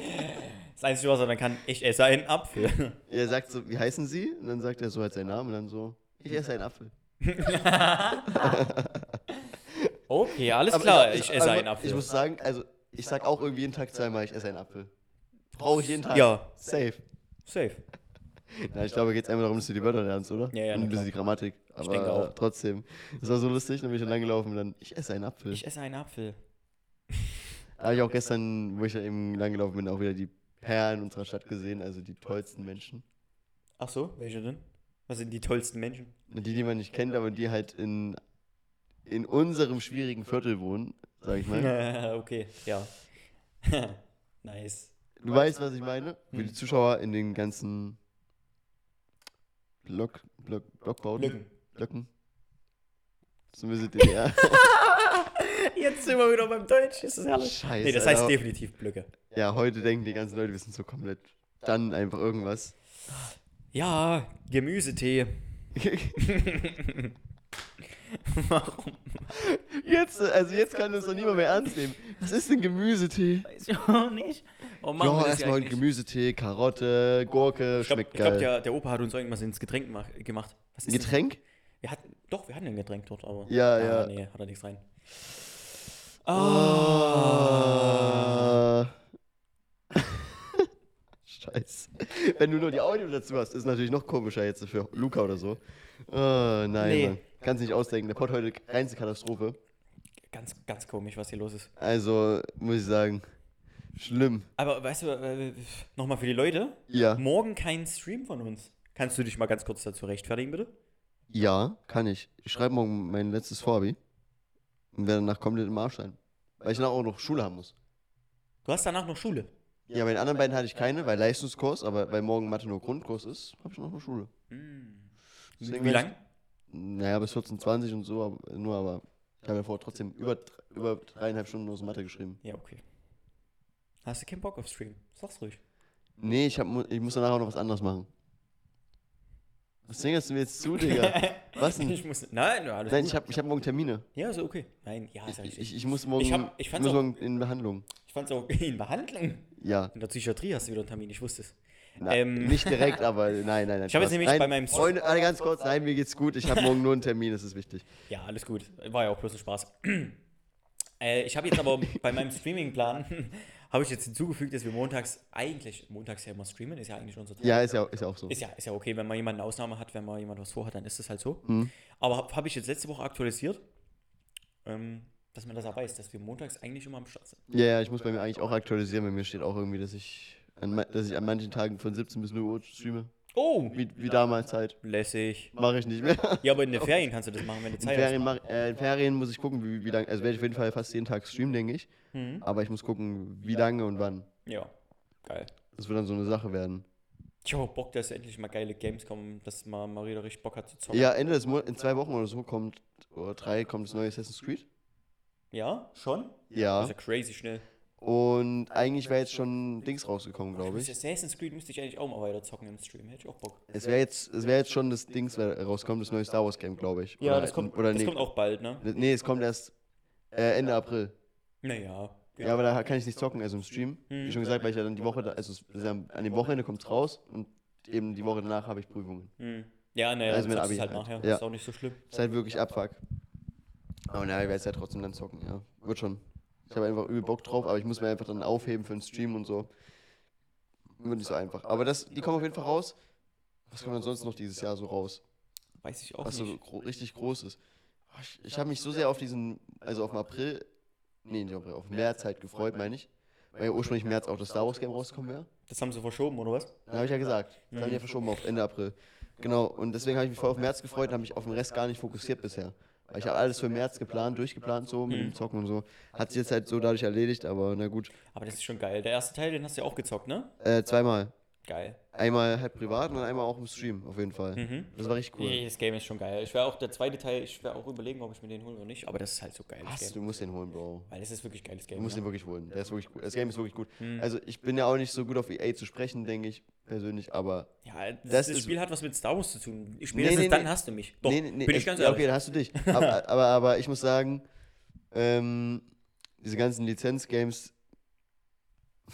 [SPEAKER 2] Das Einzige, was er dann kann, ich esse einen Apfel.
[SPEAKER 1] Er sagt so, wie heißen Sie? Und dann sagt er so halt seinen Namen und dann so, ich esse einen Apfel.
[SPEAKER 2] Okay, alles
[SPEAKER 1] Aber
[SPEAKER 2] klar,
[SPEAKER 1] aber-
[SPEAKER 2] ich, esse
[SPEAKER 1] aber
[SPEAKER 2] einen Apfel.
[SPEAKER 1] Ich muss sagen, also ich sag auch irgendwie jeden Tag zweimal, ich esse einen Apfel. Brauche ich jeden Tag.
[SPEAKER 2] Ja.
[SPEAKER 1] Safe.
[SPEAKER 2] Safe.
[SPEAKER 1] Na, ich glaube, geht es einmal darum, dass du die Wörter lernst, oder?
[SPEAKER 2] Ja, ja,
[SPEAKER 1] Und
[SPEAKER 2] na
[SPEAKER 1] ein bisschen die Grammatik. Aber
[SPEAKER 2] denke auch.
[SPEAKER 1] trotzdem. Das war so lustig, dann bin ich dann langgelaufen und dann, ich esse einen Apfel.
[SPEAKER 2] Ich esse einen Apfel.
[SPEAKER 1] Habe ich auch gestern, wo ich ja eben langgelaufen bin, auch wieder die Perlen unserer Stadt gesehen, also die tollsten Menschen.
[SPEAKER 2] Ach so, welche denn? Was sind die tollsten Menschen?
[SPEAKER 1] Die, die man nicht kennt, aber die halt in, in unserem schwierigen Viertel wohnen, sag ich mal.
[SPEAKER 2] okay, ja. nice.
[SPEAKER 1] Du weißt, was ich meine? Für die Zuschauer in den ganzen Block, Block, Blockbauten.
[SPEAKER 2] Lücken.
[SPEAKER 1] Blöcken. So ein bisschen DDR.
[SPEAKER 2] Jetzt sind wir wieder beim Deutsch, ist das herrlich.
[SPEAKER 1] Scheiße,
[SPEAKER 2] nee, das
[SPEAKER 1] Alter.
[SPEAKER 2] heißt definitiv Blöcke.
[SPEAKER 1] ja, heute denken die ganzen Leute, wir sind so komplett dann einfach irgendwas.
[SPEAKER 2] Ja, Gemüsetee. Warum?
[SPEAKER 1] jetzt, also jetzt kann das doch niemand mehr ernst nehmen. Was ist denn Gemüsetee?
[SPEAKER 2] Weiß ich auch nicht. Warum machen wir
[SPEAKER 1] Ja,
[SPEAKER 2] das hier
[SPEAKER 1] erstmal
[SPEAKER 2] eigentlich?
[SPEAKER 1] Gemüsetee, Karotte, Gurke,
[SPEAKER 2] Ich glaube,
[SPEAKER 1] schmeckt
[SPEAKER 2] glaub,
[SPEAKER 1] geil.
[SPEAKER 2] der, der Opa hat uns irgendwas ins Getränk mach, gemacht. Was ist denn-
[SPEAKER 1] Getränk?
[SPEAKER 2] Wir hatten, doch, wir hatten ein Getränk dort, aber.
[SPEAKER 1] Ja,
[SPEAKER 2] Ah,
[SPEAKER 1] ja.
[SPEAKER 2] Nee, hat er nichts rein. Ah,
[SPEAKER 1] Ah. Scheiße. Wenn du nur die Audio dazu hast, ist natürlich noch komischer jetzt für Luca oder so. Ah, nein,
[SPEAKER 2] Nee.
[SPEAKER 1] Mann. kannst nicht ausdenken. Der Pod heute reinste Katastrophe.
[SPEAKER 2] Ganz, ganz komisch, was hier los ist.
[SPEAKER 1] Also, muss ich sagen, schlimm.
[SPEAKER 2] Aber weißt du, äh, nochmal für die Leute:
[SPEAKER 1] Ja,
[SPEAKER 2] morgen kein Stream von uns. Kannst du dich mal ganz kurz dazu rechtfertigen, bitte?
[SPEAKER 1] ja, kann ich. Ich schreibe morgen mein letztes Vorhabi und werde danach komplett im Arsch sein. Weil ich danach auch noch Schule haben muss.
[SPEAKER 2] Du hast danach noch Schule.
[SPEAKER 1] Ja, bei den anderen beiden hatte ich keine, weil Leistungskurs, aber weil morgen Mathe nur Grundkurs ist, habe ich noch eine Schule. Deswegen
[SPEAKER 2] Wie
[SPEAKER 1] werd ich-
[SPEAKER 2] lang?
[SPEAKER 1] Naja, bis 14.20 und so, aber, nur, aber ich habe ja vorher trotzdem über, dr- über dreieinhalb Stunden aus Mathe geschrieben.
[SPEAKER 2] Ja, okay. Hast du keinen Bock auf Stream? Sag's ruhig.
[SPEAKER 1] Nee, ich, hab, mu- ich muss danach auch noch was anderes machen. Was singerst du mir jetzt zu, Digga? Was denn?
[SPEAKER 2] Ich muss, nein, ja, alles
[SPEAKER 1] Nein,
[SPEAKER 2] gut.
[SPEAKER 1] ich habe ich hab morgen Termine.
[SPEAKER 2] Ja, so okay. Nein, ja, ist ja
[SPEAKER 1] Ich,
[SPEAKER 2] richtig.
[SPEAKER 1] ich, ich muss morgen,
[SPEAKER 2] Ich
[SPEAKER 1] ich
[SPEAKER 2] hab- ich fand's
[SPEAKER 1] muss
[SPEAKER 2] auch-
[SPEAKER 1] morgen in Behandlung.
[SPEAKER 2] Ich fand's auch in Behandlung.
[SPEAKER 1] Ja.
[SPEAKER 2] In der Psychiatrie hast du wieder einen Termin, ich wusste es.
[SPEAKER 1] Na,
[SPEAKER 2] Ähm.
[SPEAKER 1] Nicht direkt, aber nein, nein, nein.
[SPEAKER 2] Ich hab jetzt
[SPEAKER 1] Spaß.
[SPEAKER 2] nämlich
[SPEAKER 1] nein,
[SPEAKER 2] bei meinem-
[SPEAKER 1] Freunde, alle ganz kurz, nein, mir geht's gut. Ich habe morgen nur einen Termin, das ist wichtig.
[SPEAKER 2] Ja, alles gut. War ja auch bloß ein Spaß. äh, ich habe jetzt aber bei meinem Streaming-Plan, habe ich jetzt hinzugefügt, dass wir montags eigentlich, montags ja immer streamen, ist ja eigentlich unser Tag.
[SPEAKER 1] Ja, ist ja, ist ja auch so.
[SPEAKER 2] Ist ja, ist ja okay, wenn man jemand eine Ausnahme hat, wenn man jemand was vorhat, dann ist es halt so.
[SPEAKER 1] Mhm.
[SPEAKER 2] Aber habe hab ich jetzt letzte Woche aktualisiert, ähm, dass man das auch weiß, dass wir montags eigentlich immer am Start sind.
[SPEAKER 1] Ja, ja, ich muss bei mir eigentlich auch aktualisieren. Bei mir steht auch irgendwie, dass ich an, ma- dass ich an manchen Tagen von 17 bis 0 Uhr streame.
[SPEAKER 2] Oh,
[SPEAKER 1] Wie, wie damals halt.
[SPEAKER 2] lässig.
[SPEAKER 1] Mache ich nicht mehr.
[SPEAKER 2] Ja, aber in den Ferien kannst du das machen, wenn du
[SPEAKER 1] In
[SPEAKER 2] Zeit
[SPEAKER 1] Ferien,
[SPEAKER 2] hast.
[SPEAKER 1] mach, äh, in Ferien muss ich gucken, wie, wie lange. Also werde ich auf jeden Fall fast jeden Tag streamen, denke ich. Aber ich muss gucken, wie lange und wann.
[SPEAKER 2] Mhm. Ja, geil.
[SPEAKER 1] Das wird dann so eine Sache werden.
[SPEAKER 2] Ich hab Bock, dass endlich mal geile Games kommen, dass mal Maria richtig Bock hat zu zocken.
[SPEAKER 1] Ja, Ende des Monats, in zwei Wochen oder so kommt, oder drei, kommt das neue Assassin's Creed.
[SPEAKER 2] Ja, schon?
[SPEAKER 1] Ja.
[SPEAKER 2] Das ist ja crazy schnell.
[SPEAKER 1] Und eigentlich wäre jetzt schon Dings rausgekommen, glaube ich.
[SPEAKER 2] Assassin's Creed müsste ich eigentlich auch mal weiter zocken im Stream. Hätte ich auch Bock.
[SPEAKER 1] Es wäre jetzt, es wär jetzt schon das Dings wär- rauskommt, das neue Star Wars Game, glaube ich.
[SPEAKER 2] Ja,
[SPEAKER 1] oder,
[SPEAKER 2] das, kommt,
[SPEAKER 1] oder
[SPEAKER 2] das
[SPEAKER 1] nee.
[SPEAKER 2] kommt auch bald, ne?
[SPEAKER 1] Nee, es kommt erst äh, Ende April.
[SPEAKER 2] Naja.
[SPEAKER 1] Ja, aber da kann ich nicht zocken, also im Stream. Wie schon gesagt, weil ich ja dann die Woche, da, also es ist ja an dem Wochenende kommt es raus und eben die Woche danach habe ich Prüfungen.
[SPEAKER 2] Ja, naja,
[SPEAKER 1] Also
[SPEAKER 2] also
[SPEAKER 1] mit
[SPEAKER 2] das
[SPEAKER 1] Abi
[SPEAKER 2] ist halt
[SPEAKER 1] halt.
[SPEAKER 2] nachher.
[SPEAKER 1] Ja.
[SPEAKER 2] Ist auch nicht so schlimm.
[SPEAKER 1] Ist halt wirklich Abfuck. Aber naja, ich werde es ja trotzdem dann zocken, ja. Wird schon. Ich habe einfach übel Bock drauf, aber ich muss mir einfach dann aufheben für den Stream und so. Wird nicht so einfach. Aber das, die kommen auf jeden Fall raus. Was kommt denn sonst noch dieses Jahr so raus?
[SPEAKER 2] Weiß ich auch
[SPEAKER 1] was so
[SPEAKER 2] nicht.
[SPEAKER 1] gro richtig groß ist. Oh, Ich, ich habe mich so sehr auf diesen, also auf den April, nee, nicht auf den April, auf den März halt gefreut, meine ich. Weil ja ursprünglich im März auch das Star Wars Game rausgekommen wäre.
[SPEAKER 2] Das haben sie verschoben, oder was?
[SPEAKER 1] Da habe ich ja gesagt. Das haben die ja verschoben auf Ende April. Genau, und deswegen habe ich mich voll auf März gefreut und habe mich auf den Rest gar nicht fokussiert bisher. Weil ich habe alles für März geplant, durchgeplant so, mit dem Zocken und so. Hat sich jetzt halt so dadurch erledigt, aber na gut.
[SPEAKER 2] Aber das ist schon geil. Der erste Teil, den hast du ja auch gezockt, ne?
[SPEAKER 1] Äh, zweimal.
[SPEAKER 2] Geil.
[SPEAKER 1] Einmal halt privat und einmal auch im Stream, auf jeden Fall. Das war richtig cool.
[SPEAKER 2] Nee, das Game ist schon geil. Ich wäre auch der zweite Teil, ich wäre auch überlegen, ob ich mir den hole oder nicht. Aber das ist halt so geil.
[SPEAKER 1] Was? Du
[SPEAKER 2] Game.
[SPEAKER 1] musst den holen, Bro.
[SPEAKER 2] Weil das ist wirklich geiles Game.
[SPEAKER 1] Du musst
[SPEAKER 2] ne?
[SPEAKER 1] den wirklich holen. Der ist wirklich gut. Das Game ist wirklich gut. Also ich bin ja auch nicht so gut auf EA zu sprechen, denke ich persönlich, aber.
[SPEAKER 2] Ja, das,
[SPEAKER 1] Das
[SPEAKER 2] das,
[SPEAKER 1] ist-
[SPEAKER 2] Spiel hat was mit Star Wars zu tun.
[SPEAKER 1] Nee,
[SPEAKER 2] Spätestens
[SPEAKER 1] nee, nee.
[SPEAKER 2] dann hast du mich. Doch, bin ich ganz
[SPEAKER 1] ja,
[SPEAKER 2] ehrlich.
[SPEAKER 1] okay, da hast du dich. Aber, aber, aber ich muss sagen, ähm, diese ganzen Lizenz-Games.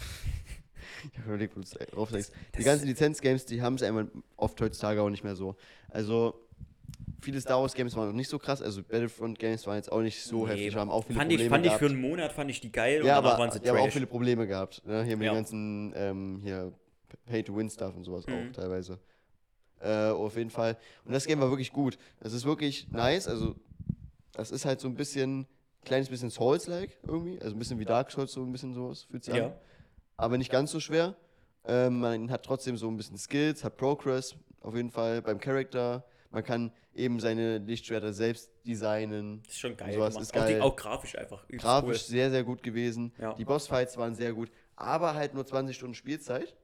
[SPEAKER 1] ich habe überlegt, wo du es drauf sagst. Die ganzen Lizenz-Games, die haben es einmal oft heutzutage auch nicht mehr so. Also. Viele Star Wars Games waren noch nicht so krass, also Battlefront Games waren jetzt auch nicht so heftig, haben auch viele
[SPEAKER 2] fand
[SPEAKER 1] Probleme
[SPEAKER 2] ich, fand ich
[SPEAKER 1] gehabt.
[SPEAKER 2] für einen Monat fand ich die geil
[SPEAKER 1] Ja,
[SPEAKER 2] und danach
[SPEAKER 1] aber
[SPEAKER 2] waren sie
[SPEAKER 1] die haben auch
[SPEAKER 2] trash.
[SPEAKER 1] viele Probleme gehabt. Ne? Hier mit
[SPEAKER 2] Ja.
[SPEAKER 1] den ganzen ähm, hier Pay-to-Win-Stuff und sowas
[SPEAKER 2] Mhm.
[SPEAKER 1] auch teilweise. Äh, auf jeden Fall. Und das Game war wirklich gut. Das ist wirklich nice. Also, das ist halt so ein bisschen, kleines bisschen Souls-like irgendwie. Also ein bisschen wie Dark Souls, so ein bisschen sowas, fühlt sich an.
[SPEAKER 2] ja.
[SPEAKER 1] Aber nicht ganz so schwer. Ähm, man hat trotzdem so ein bisschen Skills, hat Progress auf jeden Fall beim Charakter. Man kann eben seine Lichtschwerter selbst designen.
[SPEAKER 2] Das ist schon geil.
[SPEAKER 1] Und sowas
[SPEAKER 2] gemacht.
[SPEAKER 1] ist
[SPEAKER 2] Auch, die,
[SPEAKER 1] geil.
[SPEAKER 2] auch grafisch einfach. Übelst
[SPEAKER 1] Grafisch
[SPEAKER 2] cool.
[SPEAKER 1] sehr, sehr gut gewesen.
[SPEAKER 2] Ja.
[SPEAKER 1] Die Bossfights waren sehr gut. Aber halt nur 20 Stunden Spielzeit.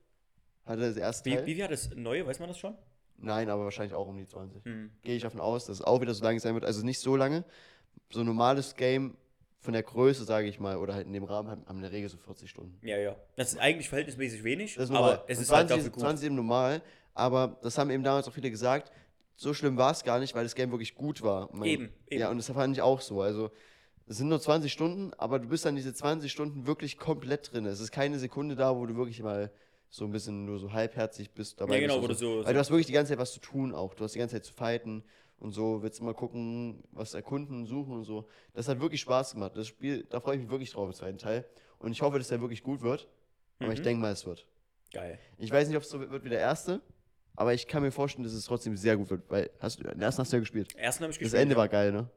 [SPEAKER 1] Hatte das erste
[SPEAKER 2] Wie,
[SPEAKER 1] Teil.
[SPEAKER 2] wie viel hat das neue? Weiß man das schon?
[SPEAKER 1] Nein, aber wahrscheinlich auch um die 20. Gehe ich davon aus, dass es auch wieder so lange sein wird. Also nicht so lange. So ein normales Game von der Größe, sage ich mal, oder halt in dem Rahmen, haben haben in der Regel so 40 Stunden.
[SPEAKER 2] Ja, ja. Das ist eigentlich verhältnismäßig wenig,
[SPEAKER 1] Das ist normal.
[SPEAKER 2] aber es
[SPEAKER 1] Und
[SPEAKER 2] ist halt
[SPEAKER 1] 20
[SPEAKER 2] dafür gut.
[SPEAKER 1] 20 ist eben normal, aber das haben eben damals auch viele gesagt. So schlimm war es gar nicht, weil das Game wirklich gut war. Mein-
[SPEAKER 2] Eben, eben.
[SPEAKER 1] Ja, und das fand ich auch so. Also, es sind nur 20 Stunden, aber du bist dann diese 20 Stunden wirklich komplett drin. Es ist keine Sekunde da, wo du wirklich mal so ein bisschen nur so halbherzig bist. Dabei
[SPEAKER 2] Ja, genau,
[SPEAKER 1] bist
[SPEAKER 2] wo
[SPEAKER 1] und
[SPEAKER 2] du so-
[SPEAKER 1] Weil du hast wirklich die ganze Zeit was zu tun auch. Du hast die ganze Zeit zu fighten und so. Willst immer gucken, was erkunden, suchen und so. Das hat wirklich Spaß gemacht. Das Spiel, da freue ich mich wirklich drauf im zweiten Teil. Und ich hoffe, dass der wirklich gut wird. Aber
[SPEAKER 2] Mhm.
[SPEAKER 1] ich denke mal, es wird.
[SPEAKER 2] Geil.
[SPEAKER 1] Ich weiß nicht, ob es so wird wie der erste, aber ich kann mir vorstellen, dass es trotzdem sehr gut wird, weil hast du, den ersten hast du ja gespielt.
[SPEAKER 2] Ersten habe ich
[SPEAKER 1] Das
[SPEAKER 2] gespielt.
[SPEAKER 1] Ende
[SPEAKER 2] ja.
[SPEAKER 1] war geil, ne?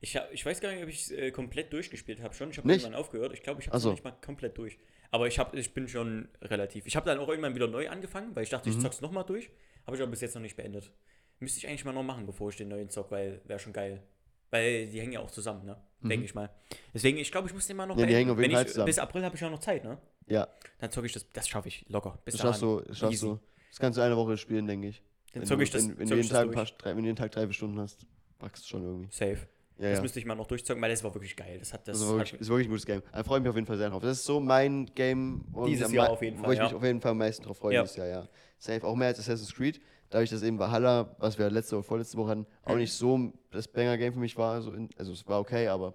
[SPEAKER 2] ich, hab, ich weiß gar nicht, ob ich es äh, komplett durchgespielt habe schon. Ich habe
[SPEAKER 1] Nicht?
[SPEAKER 2] irgendwann aufgehört. Ich glaube, ich habe
[SPEAKER 1] Ach
[SPEAKER 2] es
[SPEAKER 1] so.
[SPEAKER 2] nicht mal komplett durch. Aber ich, hab, ich bin schon relativ. Ich habe dann auch irgendwann wieder neu angefangen, weil ich dachte,
[SPEAKER 1] Mhm.
[SPEAKER 2] ich zock's nochmal durch. Habe ich aber bis jetzt noch nicht beendet. Müsste ich eigentlich mal noch machen, bevor ich den neuen zock, weil wäre schon geil. Weil die hängen ja auch zusammen, ne? denke ich mal. Deswegen, ich glaube, ich muss den mal noch
[SPEAKER 1] Mhm. Ja, die
[SPEAKER 2] beenden.
[SPEAKER 1] hängen auf jeden
[SPEAKER 2] Wenn
[SPEAKER 1] Fall
[SPEAKER 2] ich,
[SPEAKER 1] zusammen.
[SPEAKER 2] Bis April habe ich ja noch Zeit, ne?
[SPEAKER 1] Ja,
[SPEAKER 2] Dann zocke ich das, das schaffe ich locker. Bis
[SPEAKER 1] das schaffst
[SPEAKER 2] dahin.
[SPEAKER 1] du, das schaffst
[SPEAKER 2] Easy.
[SPEAKER 1] du. Das kannst du eine Woche spielen, denke ich.
[SPEAKER 2] Dann
[SPEAKER 1] Wenn
[SPEAKER 2] zock
[SPEAKER 1] du-
[SPEAKER 2] ich das-
[SPEAKER 1] Wenn, wenn,
[SPEAKER 2] zock
[SPEAKER 1] du
[SPEAKER 2] ich
[SPEAKER 1] jeden
[SPEAKER 2] das
[SPEAKER 1] Tag ein paar,
[SPEAKER 2] durch.
[SPEAKER 1] drei, wenn du jeden Tag drei vier Stunden hast, wachst du schon irgendwie.
[SPEAKER 2] Safe.
[SPEAKER 1] Ja,
[SPEAKER 2] Das
[SPEAKER 1] ja.
[SPEAKER 2] müsste ich mal noch durchzocken, weil das war wirklich geil. Das hat das.
[SPEAKER 1] Das ist Also wirklich,
[SPEAKER 2] hat,
[SPEAKER 1] ist wirklich ein gutes Game. Da freue ich mich auf jeden Fall sehr drauf. Das ist so mein Game, wo ich
[SPEAKER 2] Dieses
[SPEAKER 1] am
[SPEAKER 2] Jahr
[SPEAKER 1] mei-
[SPEAKER 2] auf jeden
[SPEAKER 1] wo
[SPEAKER 2] Fall,
[SPEAKER 1] ich mich
[SPEAKER 2] ja.
[SPEAKER 1] auf jeden Fall am meisten drauf freue
[SPEAKER 2] Ja.
[SPEAKER 1] dieses Jahr, ja. Safe, auch mehr als Assassin's Creed. Dadurch, dass eben Valhalla, was wir letzte oder vorletzte Woche hatten, auch nicht so das Banger-Game für mich war. So in, also es war okay, aber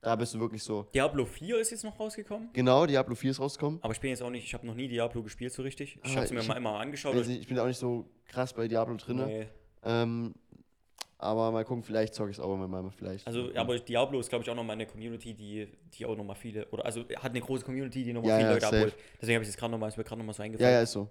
[SPEAKER 1] da bist du wirklich so.
[SPEAKER 2] Diablo 4 ist jetzt noch rausgekommen.
[SPEAKER 1] Genau, Diablo 4 ist rausgekommen.
[SPEAKER 2] Aber ich bin jetzt auch nicht, ich habe noch nie Diablo gespielt so richtig. Ich
[SPEAKER 1] Ah,
[SPEAKER 2] habe es mir
[SPEAKER 1] ich-
[SPEAKER 2] mal immer angeschaut.
[SPEAKER 1] Ich, ich bin auch nicht ne? so krass bei Diablo drin.
[SPEAKER 2] nee.
[SPEAKER 1] Ähm, aber mal gucken, vielleicht zocke ich es auch immer mal. Vielleicht.
[SPEAKER 2] Also, aber Diablo ist, glaube ich, auch nochmal eine Community, die, die auch nochmal viele, oder also hat eine große Community, die nochmal
[SPEAKER 1] Ja,
[SPEAKER 2] viele
[SPEAKER 1] ja,
[SPEAKER 2] Leute
[SPEAKER 1] safe.
[SPEAKER 2] abholt. Deswegen habe ich jetzt gerade nochmal, ist mir gerade nochmal so
[SPEAKER 1] ja,
[SPEAKER 2] eingefallen.
[SPEAKER 1] ja, ist so.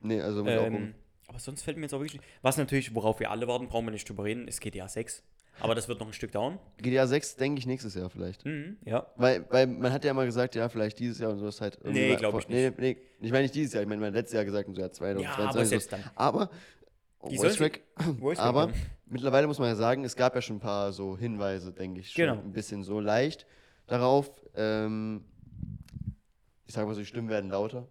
[SPEAKER 1] Nee, also muss ich auch gucken.
[SPEAKER 2] Ähm, aber sonst fällt mir jetzt auch wirklich. Was natürlich, worauf wir alle warten, brauchen wir nicht drüber reden, ist GTA 6. Aber das wird noch ein Stück dauern.
[SPEAKER 1] GTA 6 denke ich nächstes Jahr vielleicht.
[SPEAKER 2] Mhm, ja.
[SPEAKER 1] Weil, weil man hat ja immer gesagt, ja, vielleicht dieses Jahr und so ist halt. irgendwie
[SPEAKER 2] Nee,
[SPEAKER 1] mal
[SPEAKER 2] glaub
[SPEAKER 1] vor-
[SPEAKER 2] ich nicht.
[SPEAKER 1] Nee, nee, ich meine nicht dieses Jahr, ich meine, man hat letztes Jahr gesagt und so, ja, 2022.
[SPEAKER 2] aber
[SPEAKER 1] und so.
[SPEAKER 2] selbst dann.
[SPEAKER 1] Aber, oh,
[SPEAKER 2] Die
[SPEAKER 1] Voice
[SPEAKER 2] sollen
[SPEAKER 1] Track,
[SPEAKER 2] Voice Track
[SPEAKER 1] aber
[SPEAKER 2] haben.
[SPEAKER 1] mittlerweile muss man ja sagen, es gab ja schon ein paar so Hinweise, denke ich, schon
[SPEAKER 2] Genau.
[SPEAKER 1] ein bisschen so leicht darauf. Ähm, ich sag mal so, die Stimmen werden lauter.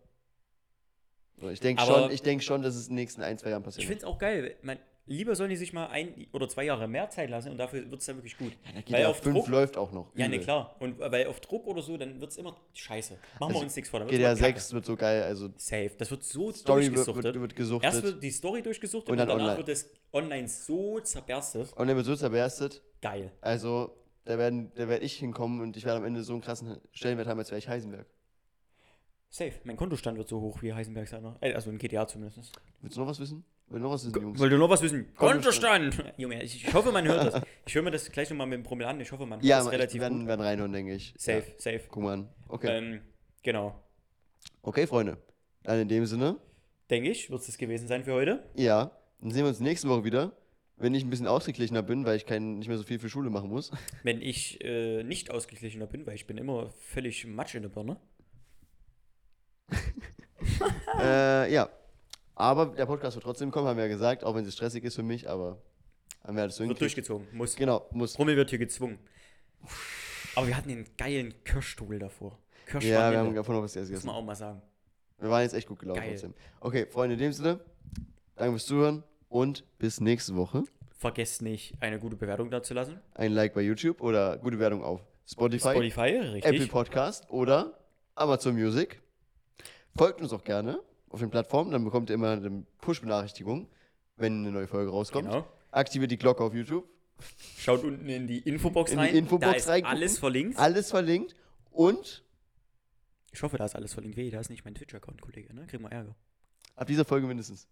[SPEAKER 1] So, ich denke
[SPEAKER 2] Aber-
[SPEAKER 1] schon, ich denk schon, dass es in den nächsten ein, zwei Jahren
[SPEAKER 2] Ich
[SPEAKER 1] passiert.
[SPEAKER 2] finde es auch geil. Man, lieber sollen die sich mal ein oder zwei Jahre mehr Zeit lassen und dafür wird es dann wirklich gut. weil
[SPEAKER 1] GTA
[SPEAKER 2] auf
[SPEAKER 1] 5
[SPEAKER 2] Druck.
[SPEAKER 1] läuft auch noch.
[SPEAKER 2] ja,
[SPEAKER 1] übel.
[SPEAKER 2] ne, klar. Und weil auf Druck oder so, dann wird es immer scheiße. Machen
[SPEAKER 1] Also
[SPEAKER 2] wir uns nichts vor. dann wird's
[SPEAKER 1] GTA
[SPEAKER 2] immer kacke.
[SPEAKER 1] 6 wird so geil, also
[SPEAKER 2] Safe. Das wird so
[SPEAKER 1] Story wird,
[SPEAKER 2] durchgesuchtet.
[SPEAKER 1] wird, wird gesuchtet.
[SPEAKER 2] Erst wird die Story durchgesuchtet und,
[SPEAKER 1] Und dann
[SPEAKER 2] danach
[SPEAKER 1] online.
[SPEAKER 2] wird es online so zerberstet.
[SPEAKER 1] Und der wird so zerberstet.
[SPEAKER 2] Geil.
[SPEAKER 1] Also, da werden, da werde ich hinkommen und ich werde am Ende so einen krassen Stellenwert haben, als wäre ich Heisenberg.
[SPEAKER 2] Safe. Mein Kontostand wird so hoch wie Heisenberg seiner. Äh, Also in GTA zumindest.
[SPEAKER 1] Willst du noch was wissen? Willst du noch was wissen, Jungs?
[SPEAKER 2] Wollt ihr noch was wissen?
[SPEAKER 1] Kontostand.
[SPEAKER 2] Kontostand! Junge, ich, ich hoffe, man hört das. Ich höre mir das gleich nochmal mit dem Promille an. Ich hoffe, man hört
[SPEAKER 1] Ja,
[SPEAKER 2] das
[SPEAKER 1] aber
[SPEAKER 2] relativ
[SPEAKER 1] ich werden,
[SPEAKER 2] gut.
[SPEAKER 1] werden reinhören, denke ich.
[SPEAKER 2] Safe,
[SPEAKER 1] Ja.
[SPEAKER 2] safe.
[SPEAKER 1] Guck mal an. Okay.
[SPEAKER 2] Ähm, genau.
[SPEAKER 1] okay, Freunde. Dann in dem Sinne,
[SPEAKER 2] Denke ich, wird es das gewesen sein für heute.
[SPEAKER 1] ja, dann sehen wir uns nächste Woche wieder, wenn ich ein bisschen ausgeglichener bin, weil ich kein, nicht mehr so viel für Schule machen muss.
[SPEAKER 2] Wenn ich äh, nicht ausgeglichener bin, weil ich bin immer völlig Matsch in der Birne.
[SPEAKER 1] äh, ja. Aber der Podcast wird trotzdem kommen, haben wir ja gesagt, auch wenn es stressig ist für mich, aber haben wir alles
[SPEAKER 2] Wird
[SPEAKER 1] hingekriegt.
[SPEAKER 2] durchgezogen. Muss.
[SPEAKER 1] Genau, muss.
[SPEAKER 2] Rummel wird hier gezwungen. Aber wir hatten einen geilen Kirschstuhl davor.
[SPEAKER 1] Ja, wir haben
[SPEAKER 2] Kirschvanille.
[SPEAKER 1] davon noch was
[SPEAKER 2] Muss man
[SPEAKER 1] gegessen.
[SPEAKER 2] auch mal sagen.
[SPEAKER 1] Wir waren jetzt echt gut gelaufen
[SPEAKER 2] Geil.
[SPEAKER 1] trotzdem. Okay, Freunde, in dem Sinne, danke fürs Zuhören und bis nächste Woche.
[SPEAKER 2] Vergesst nicht, eine gute Bewertung da zu lassen.
[SPEAKER 1] Ein Like bei YouTube oder gute Bewertung auf Spotify,
[SPEAKER 2] Spotify,
[SPEAKER 1] Apple
[SPEAKER 2] richtig.
[SPEAKER 1] Podcast oder Amazon Music. Folgt uns auch gerne auf den Plattformen, dann bekommt ihr immer eine Push-Benachrichtigung, wenn eine neue Folge rauskommt.
[SPEAKER 2] Genau.
[SPEAKER 1] Aktiviert die Glocke auf YouTube,
[SPEAKER 2] Schaut unten in die Infobox
[SPEAKER 1] in
[SPEAKER 2] rein.
[SPEAKER 1] die Infobox
[SPEAKER 2] da ist
[SPEAKER 1] reingucken.
[SPEAKER 2] alles verlinkt.
[SPEAKER 1] Alles verlinkt und
[SPEAKER 2] Ich hoffe, da ist alles verlinkt. Weh, da ist nicht mein Twitch-Account, Kollege. Ne? Kriegen wir Ärger.
[SPEAKER 1] ab dieser Folge mindestens.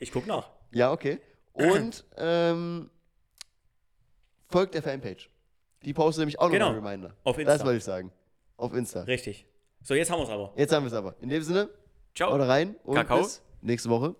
[SPEAKER 2] Ich guck nach.
[SPEAKER 1] Ja, okay. Und ähm, folgt der Fanpage. Die postet nämlich auch noch
[SPEAKER 2] Genau.
[SPEAKER 1] einen Reminder.
[SPEAKER 2] Auf
[SPEAKER 1] Das
[SPEAKER 2] Insta.
[SPEAKER 1] wollte ich sagen. Auf Insta.
[SPEAKER 2] Richtig. So, jetzt haben wir es aber.
[SPEAKER 1] Jetzt haben wir es aber. In dem Sinne,
[SPEAKER 2] Ciao.
[SPEAKER 1] haut rein und
[SPEAKER 2] Kakao.
[SPEAKER 1] bis nächste Woche.